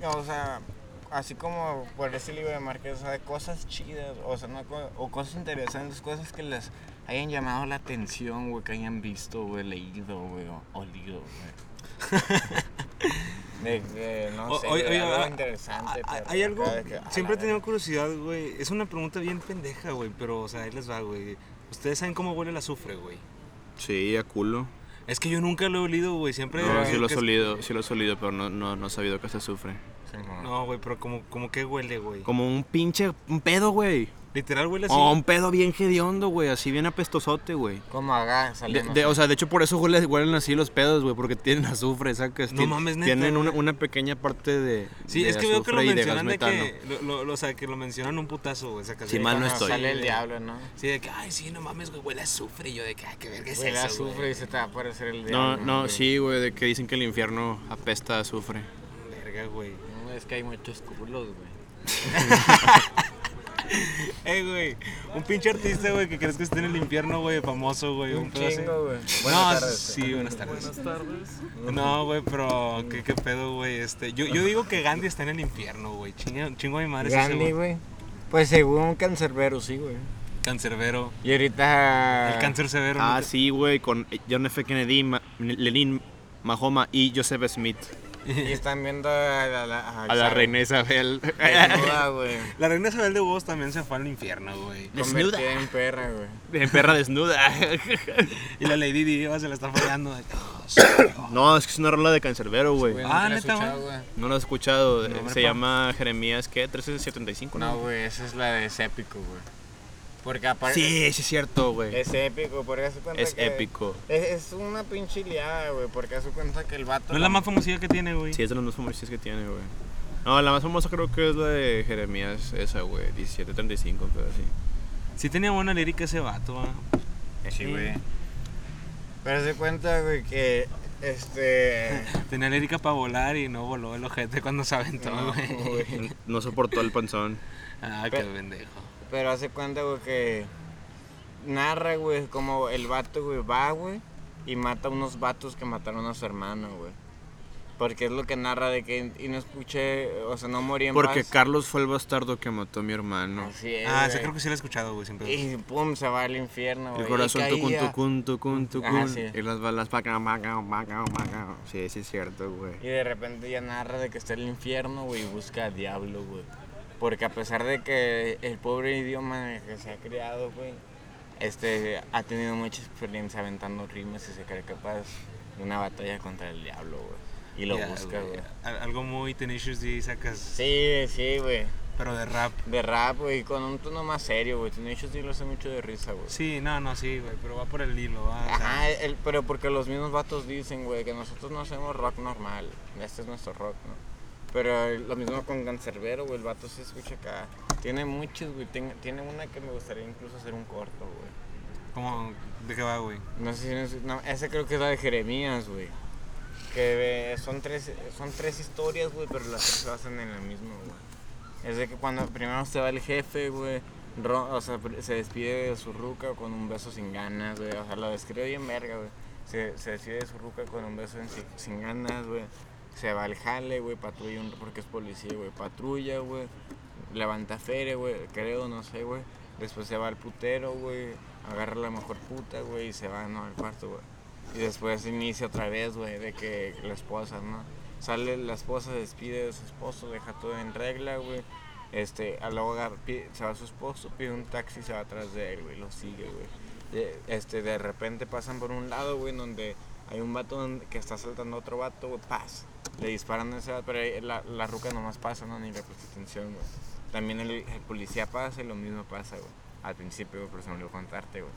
S4: o sea, así como por ese libro de Márquez, o sea, cosas chidas, o sea, no co- o cosas interesantes, cosas que les hayan llamado la atención, güey, que hayan visto, güey, leído, güey, o olido, güey.
S6: *laughs*
S4: De que, no
S1: O-
S4: sé,
S1: oye,
S4: güey,
S1: oye,
S4: algo
S1: a-
S4: interesante.
S1: a- a-
S4: pero
S1: Hay algo,
S4: acá de que, a la
S1: siempre he tenido
S4: verga.
S1: curiosidad, güey. Es una pregunta bien pendeja, güey, pero, o sea, ahí les va, güey. Ustedes saben cómo huele el azufre, güey.
S6: Sí, a culo.
S1: Es que yo nunca lo he olido, güey. Siempre.
S6: No, sí lo has
S1: que-
S6: olido, sí lo has olido, pero no, no, no he sabido que se sufre.
S4: Simón.
S1: No, güey, pero como, como que huele, güey.
S6: Como un pinche, un pedo, güey.
S1: Literal huele así.
S6: Oh, un pedo bien hediondo, güey. Así bien apestosote, güey.
S4: Como haga,
S6: De- de- o sea, de hecho por eso huele- huelen así los pedos, güey, porque tienen azufre, sacas.
S1: No
S6: Tien-
S1: mames, neta,
S6: Tienen
S1: güey.
S6: una, una pequeña parte de
S1: Sí,
S6: de
S1: es que veo que lo
S6: azufre y de gas
S1: mencionan de,
S6: metano.
S1: que lo, lo- o sea, que lo mencionan un putazo, güey, sacas
S6: Sí,
S1: de-
S6: mal no estoy.
S4: Sale el diablo, ¿no?
S1: Sí, de que, ay, sí, no mames, güey, huele a azufre. Y yo de que, ay, qué verga es
S4: Huele a
S1: eso,
S4: azufre
S1: güey.
S4: y se te va a aparecer el
S6: No,
S4: diablo.
S6: no,
S4: güey.
S6: sí, güey, de que dicen que el infierno apesta a azufre.
S1: Verga, güey.
S4: No, Es que hay muchos culos, güey.
S1: *laughs* Eh, güey, un pinche artista, güey, que crees que esté en el infierno, güey, famoso, güey.
S4: Un
S1: pedo así.
S4: chingo, güey.
S1: no,
S4: Buenas tardes.
S1: sí, buenas tardes. Buenas tardes. No, güey, pero qué, qué pedo, güey. Este, yo, yo digo que Gandhi está en el infierno, güey. Chingo, chingo a mi madre es ese,
S4: Gandhi, güey. Pues según Cancerbero, sí, güey.
S1: Cancerbero.
S4: Y ahorita.
S1: El cáncer severo.
S6: Ah,
S1: ¿no?
S6: sí, güey, con John F. Kennedy, Ma- Lenin, Mahoma y Joseph Smith.
S4: Y *laughs* están viendo a la, a-
S6: A la
S4: *laughs*
S6: reina Isabel. *laughs*
S4: desnuda, güey.
S1: La reina Isabel de Huevos también se fue al infierno, güey.
S4: Convertida en perra, güey.
S6: En perra desnuda.
S1: Y la Lady Di se la está fallando. de-
S6: *laughs* No, es que es una rola de cancerbero, güey.
S4: Güey,
S1: Ah,
S4: nunca la he
S1: neta,
S4: escuchado,
S1: güey.
S4: güey.
S6: No lo has escuchado. eh,
S1: hombre,
S6: Se
S1: pa.
S6: llama Jeremías, ¿qué? 1375,
S4: No,
S6: ¿no?
S4: güey, esa es la de es épico, güey. Porque aparte.
S6: Sí, sí es cierto, güey.
S4: Es épico, porque hace cuenta
S6: Es
S4: que-
S6: épico.
S4: Es, es una pinche liada, güey, porque hace cuenta que el vato.
S1: No es la más famosilla que tiene, güey.
S6: Sí, es de las más famosas que tiene, güey. No, la más famosa creo que es la de Jeremías, esa, güey. 1735, pero sí.
S1: Sí tenía buena lírica ese vato, ah.
S4: Sí, güey. Pero se cuenta, güey, que. Este.
S1: Tenía lírica para volar y no voló el ojete cuando se aventó,
S4: No,
S1: güey.
S4: güey.
S6: No soportó el panzón.
S1: *laughs* Ah, qué
S4: Pe-
S1: pendejo.
S4: Pero hace cuenta, güey, que. Narra, güey, como el vato, güey, va, güey, y mata a unos vatos que mataron a su hermano, güey. Porque es lo que narra de que. Y no escuché, o sea, no morí en
S6: Porque
S4: paz.
S6: Carlos fue el bastardo que mató a mi hermano.
S4: Así es.
S1: Ah, sí,
S4: eh, güey. Eh,
S1: creo que sí lo he escuchado, güey, siempre.
S4: Y pum, se va al infierno, güey.
S6: El
S4: y
S6: corazón tucun,
S4: caía.
S6: tucun, tucun,
S4: Ajá,
S6: tucun.
S4: sí.
S6: Y las balas paca, paca, paca, paca. Sí, sí es cierto, güey.
S4: Y de repente ya narra de que está en el infierno, güey, y busca a diablo, güey. Porque a pesar de que el pobre idioma en el que se ha creado, güey, este, ha tenido mucha experiencia aventando rimas y se cree capaz de una batalla contra el diablo, güey. Y lo
S1: Ya,
S4: busca, güey.
S1: Al- Algo muy tenacious D sacas,
S4: Sí, sí, güey.
S1: pero de rap.
S4: De rap, güey, con un tono más serio, güey. Tiene hecho sí lo hace mucho de risa, güey.
S1: Sí, no, no, sí, güey, pero va por el hilo, va. o sea,
S4: Ajá, el- pero porque los mismos vatos dicen, güey, que nosotros no hacemos rock normal. Este es nuestro rock, ¿no? Pero eh, lo mismo con Cancerbero, güey, el vato sí escucha acá. Tiene muchos, güey. ten- tiene una que me gustaría incluso hacer un corto, güey.
S1: ¿Cómo? ¿De qué va, güey?
S4: No sé si... No, esa creo que es la de Jeremías, güey. Que eh, son tres, son tres historias, güey, pero las tres se basan en la misma, güey. Es de que cuando primero se va el jefe, güey, ro- o sea, pr- se despide de su ruca con un beso sin ganas, güey. O sea, lo describe bien verga, güey. Se, se despide de su ruca con un beso en sin, sin ganas, güey. Se va al jale, güey, patrulla, un- porque es policía, güey. Patrulla, güey. Levanta feria, güey, creo, no sé, güey. Después se va al putero, güey. Agarra la mejor puta, güey, y se va, no, al cuarto, güey. Y después inicia otra vez, güey, de que la esposa, ¿no? Sale la esposa, despide de su esposo, deja todo en regla, güey. Este, a luego agar- pi- se va su esposo, pide un taxi, se va atrás de él, güey, lo sigue, güey. Y, Este, de repente pasan por un lado, güey, en donde hay un vato donde- que está saltando a otro vato, güey, paz. Le disparan a ese vato, pero ahí la, la ruca nomás pasa, ¿no? Ni le presta atención, güey. También el, el policía pasa y lo mismo pasa, güey. Al principio, güey, pero se me olvidó contarte, güey.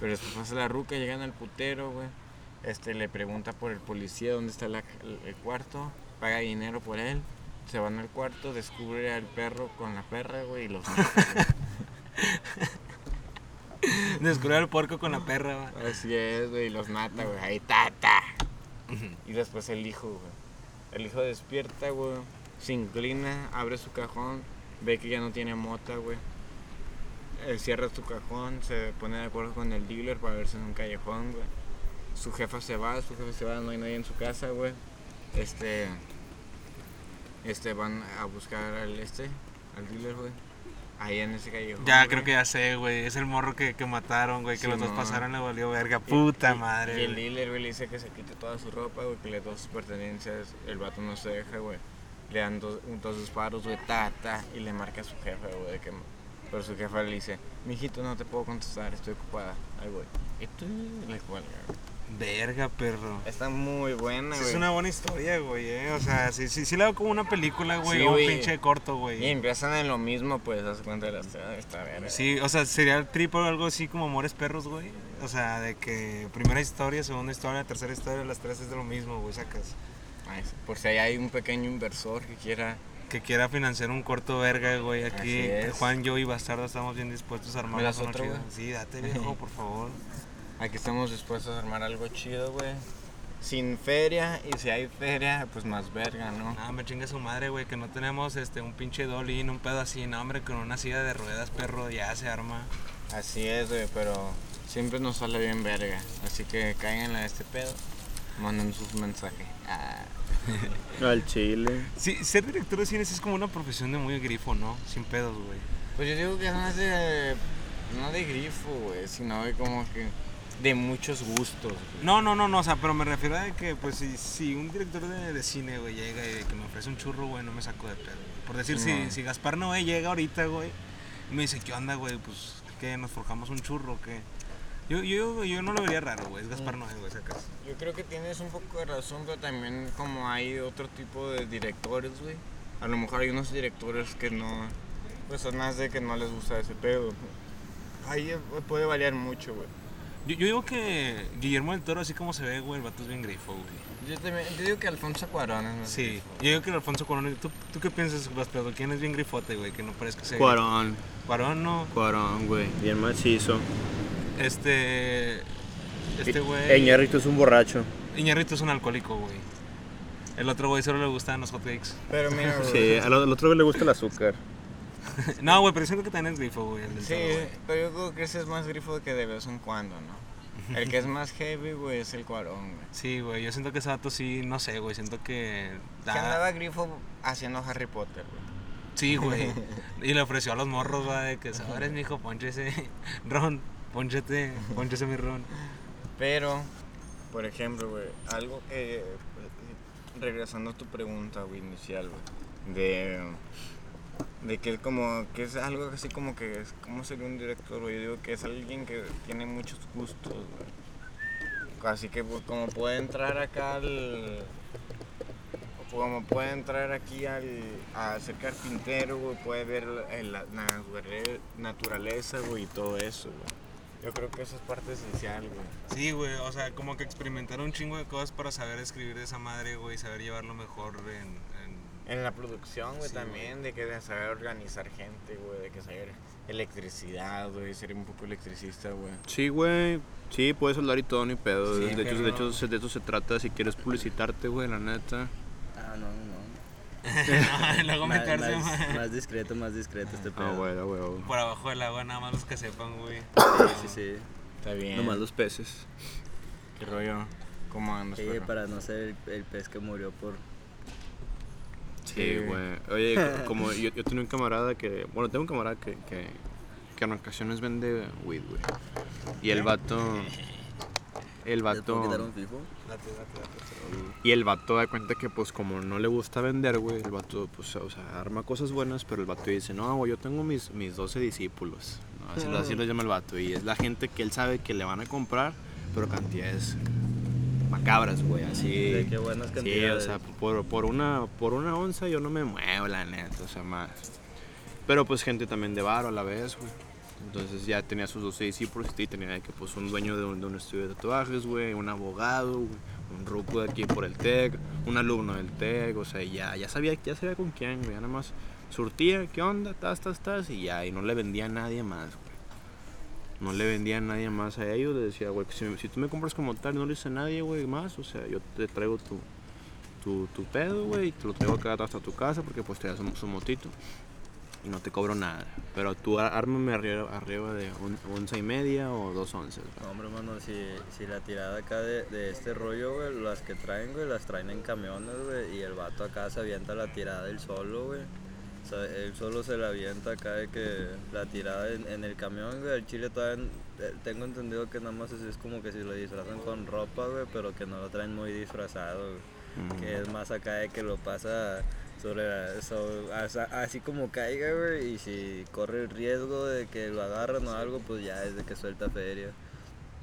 S4: Pero después pasa la ruca, llegan al putero, güey. Este, le pregunta por el policía dónde está la- el- el cuarto, paga dinero por él, se van al cuarto, descubre al perro con la perra, güey, y los mata, güey.
S1: Descubrir al puerco con la perra, va.
S4: Así es, güey, y los mata, güey, ahí ta, ta. Y después el hijo, güey. El hijo despierta, güey, se inclina, abre su cajón, ve que ya no tiene mota, güey. Eh, Cierra su cajón, se pone de acuerdo con el dealer para verse en un callejón, güey. Su jefa se va, su jefe se va, no hay nadie en su casa, güey. Este. Este, van a buscar al este, al dealer, güey. Ahí en ese callejón.
S1: Ya,
S4: güey.
S1: creo que ya sé, güey. Es el morro que, que mataron, güey, que los dos
S4: Simón.
S1: pasaron, le valió verga.
S4: Y-
S1: Puta
S4: y-
S1: madre.
S4: Y el
S1: güey.
S4: dealer, güey, le dice que se quite toda su ropa, güey, que le dé todas sus pertenencias. El vato no se deja, güey. Le dan dos, un- dos disparos, güey, ta, ta, y le marca a su jefe, güey. de que- Pero su jefa le dice, mijito, no te puedo contestar, estoy ocupada. Ay, güey. Y tú le cuelga, güey.
S1: Verga, perro.
S4: Está muy buena, güey.
S1: Es una buena historia, güey, eh. O sea, sí, sí, sí la veo como una película, güey.
S4: Sí,
S1: o un
S4: güey.
S1: pinche corto, güey.
S4: Y empiezan en lo mismo, pues, haz cuenta de la historia. Está verga.
S1: Sí, o sea, sería el trip o algo así como Amores Perros, güey. O sea, de que primera historia, segunda historia, tercera historia, las tres es de lo mismo, güey, sacas.
S4: Ay, por si ahí hay un pequeño inversor que quiera
S1: Que quiera financiar un corto verga, güey. Aquí
S4: Así es.
S1: Juan, yo y Bastardo estamos bien dispuestos a armar
S4: ¿Me das
S1: una
S4: otro,
S1: chida.
S4: güey?
S1: Sí, date viejo, por
S4: *laughs*
S1: favor.
S4: Aquí estamos dispuestos a armar algo chido, güey. Sin feria, y si hay feria, pues más verga, ¿no?
S1: Nada, me chinga su madre, güey, que no tenemos este un pinche dolín, un pedo así, no, hombre, con una silla de ruedas, perro, ya se arma.
S4: Así es, güey, pero siempre nos sale bien verga. Así que cáiganle a este pedo, manden sus mensajes. Ah,
S6: Al chile.
S1: Sí, ser director de cines es como una profesión de muy grifo, ¿no? Sin pedos, güey.
S4: Pues yo digo que no es de. No de grifo, güey, sino de como que. de muchos gustos, güey.
S1: No, no, no, no, o sea, pero me refiero a que, pues, si, si un director de, de cine, güey, llega y que me ofrece un churro, güey, no me saco de pedo. güey. Por decir, si, si Gaspar Noé llega ahorita, güey, y me dice, ¿qué onda, güey? Pues, que nos forjamos un churro, que... Yo, yo, yo no lo vería raro, güey, es Gaspar Noé, güey, sacas.
S4: Yo creo que tienes un poco de razón, pero también como hay otro tipo de directores, güey. A lo mejor hay unos directores que no, pues son más de que no les gusta ese pedo. Ahí eh, puede variar mucho, güey.
S1: Yo, yo digo que Guillermo del Toro, así como se ve, güey, el vato es bien grifo, güey.
S4: Yo también, yo digo que Alfonso Cuarón es más
S1: Sí, yo digo que el Alfonso Cuarón, ¿tú, tú qué piensas, Bastardo? ¿Quién es bien grifote, güey? Que no parezca ser...
S8: Cuarón,
S1: Cuarón, no.
S8: Cuarón, güey. Bien macizo.
S1: Este...
S6: Eh,
S1: Este, güey...
S8: tú es un borracho.
S1: Iñarrito es un alcohólico, güey. El otro güey solo le gustan los hotcakes.
S4: Pero *laughs* mira, güey.
S8: Sí, al, al otro güey le gusta el azúcar.
S1: *laughs* no, güey, pero siento que también es grifo, güey. el del
S4: Sí,
S1: Toro, güey.
S4: pero yo creo que ese es más grifo que de vez en cuando, ¿no? El que es más heavy, güey, es el Cuarón, güey.
S1: Sí, güey, yo siento que ese vato sí, no sé, güey, siento que...
S4: Que
S1: Ah,
S4: andaba grifo haciendo Harry Potter, güey.
S1: Sí, güey. Y le ofreció a los morros, güey, de que sabores, mijo, ponchese. *laughs* Ron, ponchete, ponchese mi ron.
S4: Pero, por ejemplo, güey, algo que. Regresando a tu pregunta, güey, inicial, güey. De. De que es como. Que es algo así como que. Es, ¿Cómo sería un director, güey? Yo digo que es alguien que tiene muchos gustos, güey. Así que, pues, como puede entrar acá al. Como puede entrar aquí al, a ser carpintero, güey, puede ver el- la naturale- naturaleza, güey, y todo eso, güey. Yo creo que eso es parte esencial, güey.
S1: Sí, güey, o sea, como que experimentar un chingo de cosas para saber escribir de esa madre, güey, saber llevarlo mejor en...
S4: *laughs*
S1: en-
S4: En la producción, güey,
S1: Sí,
S4: también, de que de saber organizar gente, güey, de que saber electricidad, güey, ser un poco electricista, güey.
S6: Sí, güey. Sí, puedes hablar y todo, ni pedo.
S1: Sí,
S6: de, hecho, de,
S1: pero-
S6: hecho, se- de eso se trata si quieres publicitarte, güey, la neta.
S7: Ah, no, no, no.
S1: No, y *laughs* luego
S7: Más,
S1: meterse,
S7: más-
S1: güey,
S7: más discreto, más discreto este pedo.
S6: Ah, güey, ah, güey, ah, güey.
S1: Por abajo del agua, nada más los que sepan, güey.
S7: *coughs* Sí, sí.
S4: Está bien.
S6: Nomás los peces.
S4: ¿Qué rollo? ¿Cómo andas,
S7: Sí,
S4: perro?
S7: para no ser el, el pez que murió por...
S6: Sí, güey. Oye, co- como yo, yo tenía un camarada que. Bueno, tengo un camarada que, que, que en ocasiones vende weed, güey. Y el vato. El
S7: ¿Les puedo quitar
S6: vato.
S7: un fifo?
S6: Y el vato da cuenta que, pues, como no le gusta vender, güey, el vato, pues, o sea, arma cosas buenas, pero el vato dice, no, güey, yo tengo mis, mis 12 discípulos. ¿no? Así, lo- así lo llama el vato. Y es la gente que él sabe que le van a comprar, pero cantidades macabras, güey, así.
S7: De qué buenas
S6: Sí, o
S7: cantidades.
S6: sea, por, por una, por una onza yo no me muevo, la neta, o sea, más. Pero pues gente también de varo a la vez, güey. Entonces ya tenía sus 12 discípulos y tenía de que pues un dueño de un, de un estudio de tatuajes, güey, un abogado, güey, un ruco de aquí por el TEC, un alumno del TEC, o sea, ya, ya sabía, ya sabía con quién, güey, ya nada más surtía, qué onda, tas, tas, tas, y ya, y no le vendía a nadie más, güey. No le vendía a nadie más a ellos, le decía, güey, si, si tú me compras como tal, no le hice a nadie, güey, más, o sea, yo te traigo tu, tu, tu pedo, güey, y te lo traigo acá hasta tu casa porque pues te das un, un motito y no te cobro nada. Pero tú ar- ármame arriba, arriba de un, once y media o dos once.
S7: No, hombre, mano, si, si la tirada acá de, de este rollo, güey, las que traen, güey, las traen en camiones, güey, y el vato acá se avienta la tirada él solo, güey. O sea, él solo se la avienta acá de que la tirada en, en el camión, güey, el chile todavía, n- eh, tengo entendido que nada más es, es como que si lo disfrazan con ropa, güey, pero que no lo traen muy disfrazado, güey. Que es más acá de que lo pasa sobre la- so- asa- así como caiga, güey, y si corre el riesgo de que lo agarran o algo, pues ya es de que suelta feria.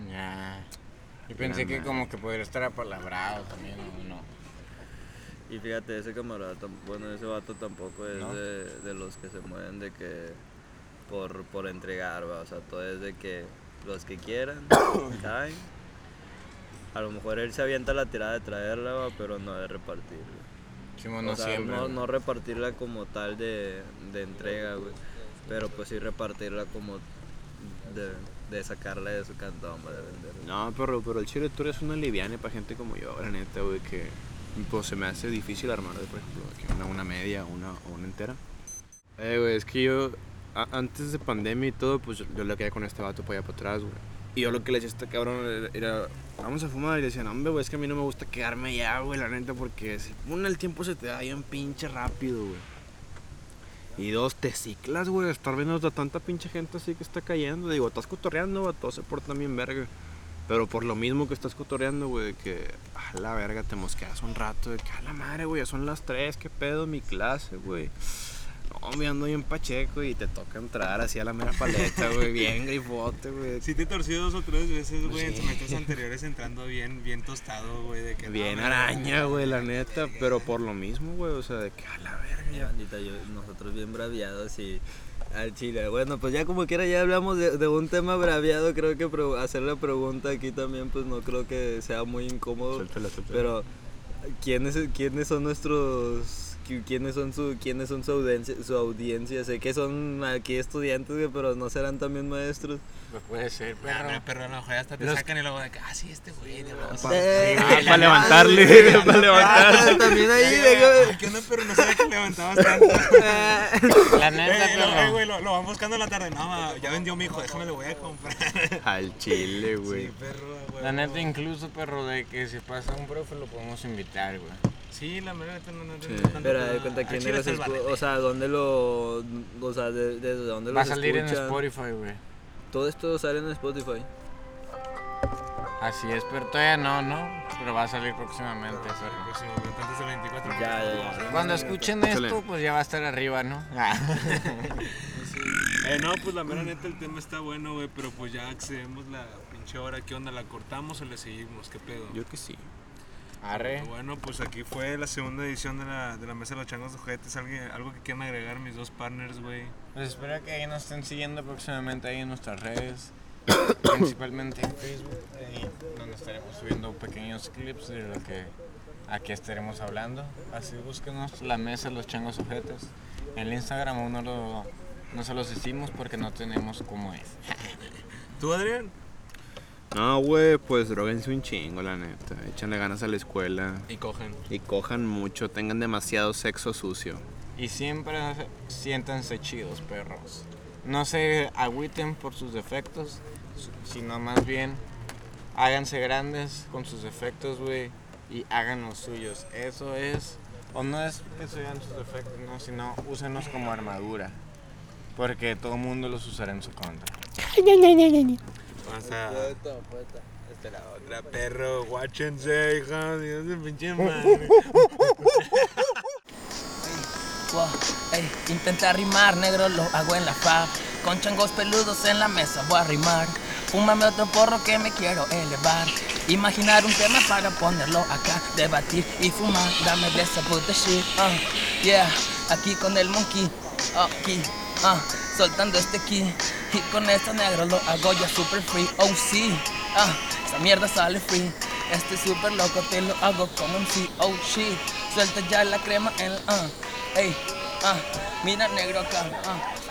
S4: Ya. Yo pensé que como que podría estar apalabrado también, ¿no?
S7: Y fíjate, ese camarada, tam- bueno, ese vato tampoco es
S4: ¿No?
S7: de, de los que se mueven de que por, por entregar, va, o sea, todo es de que los que
S4: *coughs*
S7: quieran, caen. A lo mejor él se avienta la tirada de traerla, va, pero no de repartirla.
S4: Chimo,
S7: O
S4: no
S7: sea,
S4: siempre. *laughs*
S7: no,
S4: güey.
S7: no repartirla como tal de, de entrega, güey. Pero pues sí repartirla como de, de sacarla de su cantón, va, de venderla.
S6: No, pero, pero el chile tú eres una liviana para gente como yo, la neta, güey, que pues se me hace difícil armar, por ejemplo, de que una, una media una, o una entera. Eh, güey, es que yo, a- antes de pandemia y todo, pues yo, yo le quedé con este vato para allá para atrás, güey. Y yo lo que le decía a este cabrón era- era, vamos a fumar. Y le decían, hombre, güey, es que a mí no me gusta quedarme allá, güey, la neta, porque si, uno, el tiempo se te da bien pinche rápido, güey. Y dos, te ciclas, güey, estar viendo a tanta pinche gente así que está cayendo. Digo, estás cotorreando, güey, todo se porta bien verga. Pero por lo mismo que estás cotorreando, güey, de que a la verga te mosqueas un rato, de que a la madre, güey, ya son las 3, qué pedo mi clase, güey. No, me ando bien pacheco y te toca entrar así a la mera paleta, güey, bien *laughs* grifote, güey.
S1: Sí te torcí dos o tres veces, güey, en semestres anteriores entrando bien, bien tostado, güey, de que... no,
S6: Bien
S1: me-
S6: araña, güey, la neta, pero por lo mismo, güey, o sea, de que a la verga.
S7: Ya, bandita, yo- nosotros bien braviados y al chile. Bueno, pues ya como quiera ya hablamos de, de un tema braviado, creo que pro- hacer la pregunta aquí también pues no creo que sea muy incómodo.
S6: Suéltala, suéltala.
S7: Pero ¿quiénes, quiénes son nuestros qui- quiénes son su quiénes son su audiencia, su audiencia? Sé que son aquí estudiantes, güey, pero no serán también maestros.
S9: Pues puede ser,
S1: Ah,
S9: perro.
S1: hombre, Pero a lo mejor hasta te sacan y luego de que, ah, sí, este güey, le vamos a-
S7: Eh,
S6: Ah, para *laughs*
S7: *laughs*
S6: levantarle, para levantarle.
S7: ah, también ahí
S1: Ah,
S7: déjame-
S1: ¿Qué onda? Pero no sabía que levantabas tanto.
S7: *laughs* ah,
S4: La
S7: *laughs*
S4: neta,
S1: Eh, lo, eh,
S4: perro.
S1: güey, lo, lo van buscando en la tarde. No, ma, ya vendió mi hijo, déjame, le voy a comprar.
S6: Al chile, güey.
S1: Sí, *laughs* perro, güey.
S4: La neta, incluso, perro, de que si pasa un profe lo podemos invitar, güey.
S1: Sí, la mera neta no, no, no, no,
S7: Pero
S1: no,
S7: haz de
S1: no.
S7: cuenta
S1: Al
S7: quién
S1: chile
S7: los
S1: hasta el
S7: escu-
S1: ballet.
S7: o sea, dónde lo o sea, de- desde dónde
S4: Va a
S7: los
S4: salir en
S7: escuchan.
S4: Spotify, güey.
S7: Todo esto sale en Spotify.
S4: Así es, pero todavía no, ¿no? Pero va a salir próximamente, perro.
S1: Próximo, pero antes del 24.
S7: Ya, ya,
S4: Cuando escuchen
S6: Échale.
S4: esto, pues ya va a estar arriba, *laughs* ¿no?
S1: Eh, no, pues la mera neta el tema está bueno, güey, pero pues ya accedemos la pinche hora. ¿Qué onda? ¿La cortamos o le seguimos? ¿Qué pedo?
S6: Yo que sí.
S4: Arre.
S1: Bueno, pues aquí fue la segunda edición de la, de la Mesa de los Changos de Juguetes. ¿Alguien- ¿Algo que quieran agregar mis dos partners, güey?
S4: Pues espero que ahí nos estén siguiendo próximamente ahí en nuestras redes, *coughs* principalmente en Facebook, ahí donde estaremos subiendo pequeños clips de lo que aquí estaremos hablando. Así búsquenos la mesa de los changos ojetes. El Instagram aún no, lo, no se los hicimos porque no tenemos como es.
S1: ¿Tú, Adrián?
S6: No, güey, pues droguense un chingo, la neta. Échenle ganas a la escuela.
S1: Y cogen.
S6: Y cojan mucho, tengan demasiado sexo sucio.
S4: Y siempre siéntanse chidos, perros. No se agüiten por sus defectos, su- sino más bien háganse grandes con sus defectos, güey, y hagan los suyos. Eso es, o no es que sean sus defectos, no, sino úsenlos como armadura. Porque todo el mundo los usará en su contra.
S1: Pasa. Esta Este, la otra, perro. Guáchense, hija. Dios de pinche madre.
S3: Wow, ey, intenta rimar, negro lo hago en la fab. Con changos peludos en la mesa voy a rimar. Fúmame otro porro que me quiero elevar. Imaginar un tema para ponerlo acá. Debatir y fumar, dame de esa puta shit. ah, yeah, aquí con el monkey. Aquí, ah, soltando este key. Y con esto negro lo hago ya super free. Oh sí, ah, esa mierda sale free. Este super loco te lo hago como un oh shit Suelta ya la crema en la, ah, ey, ah, mira negro acá, ah.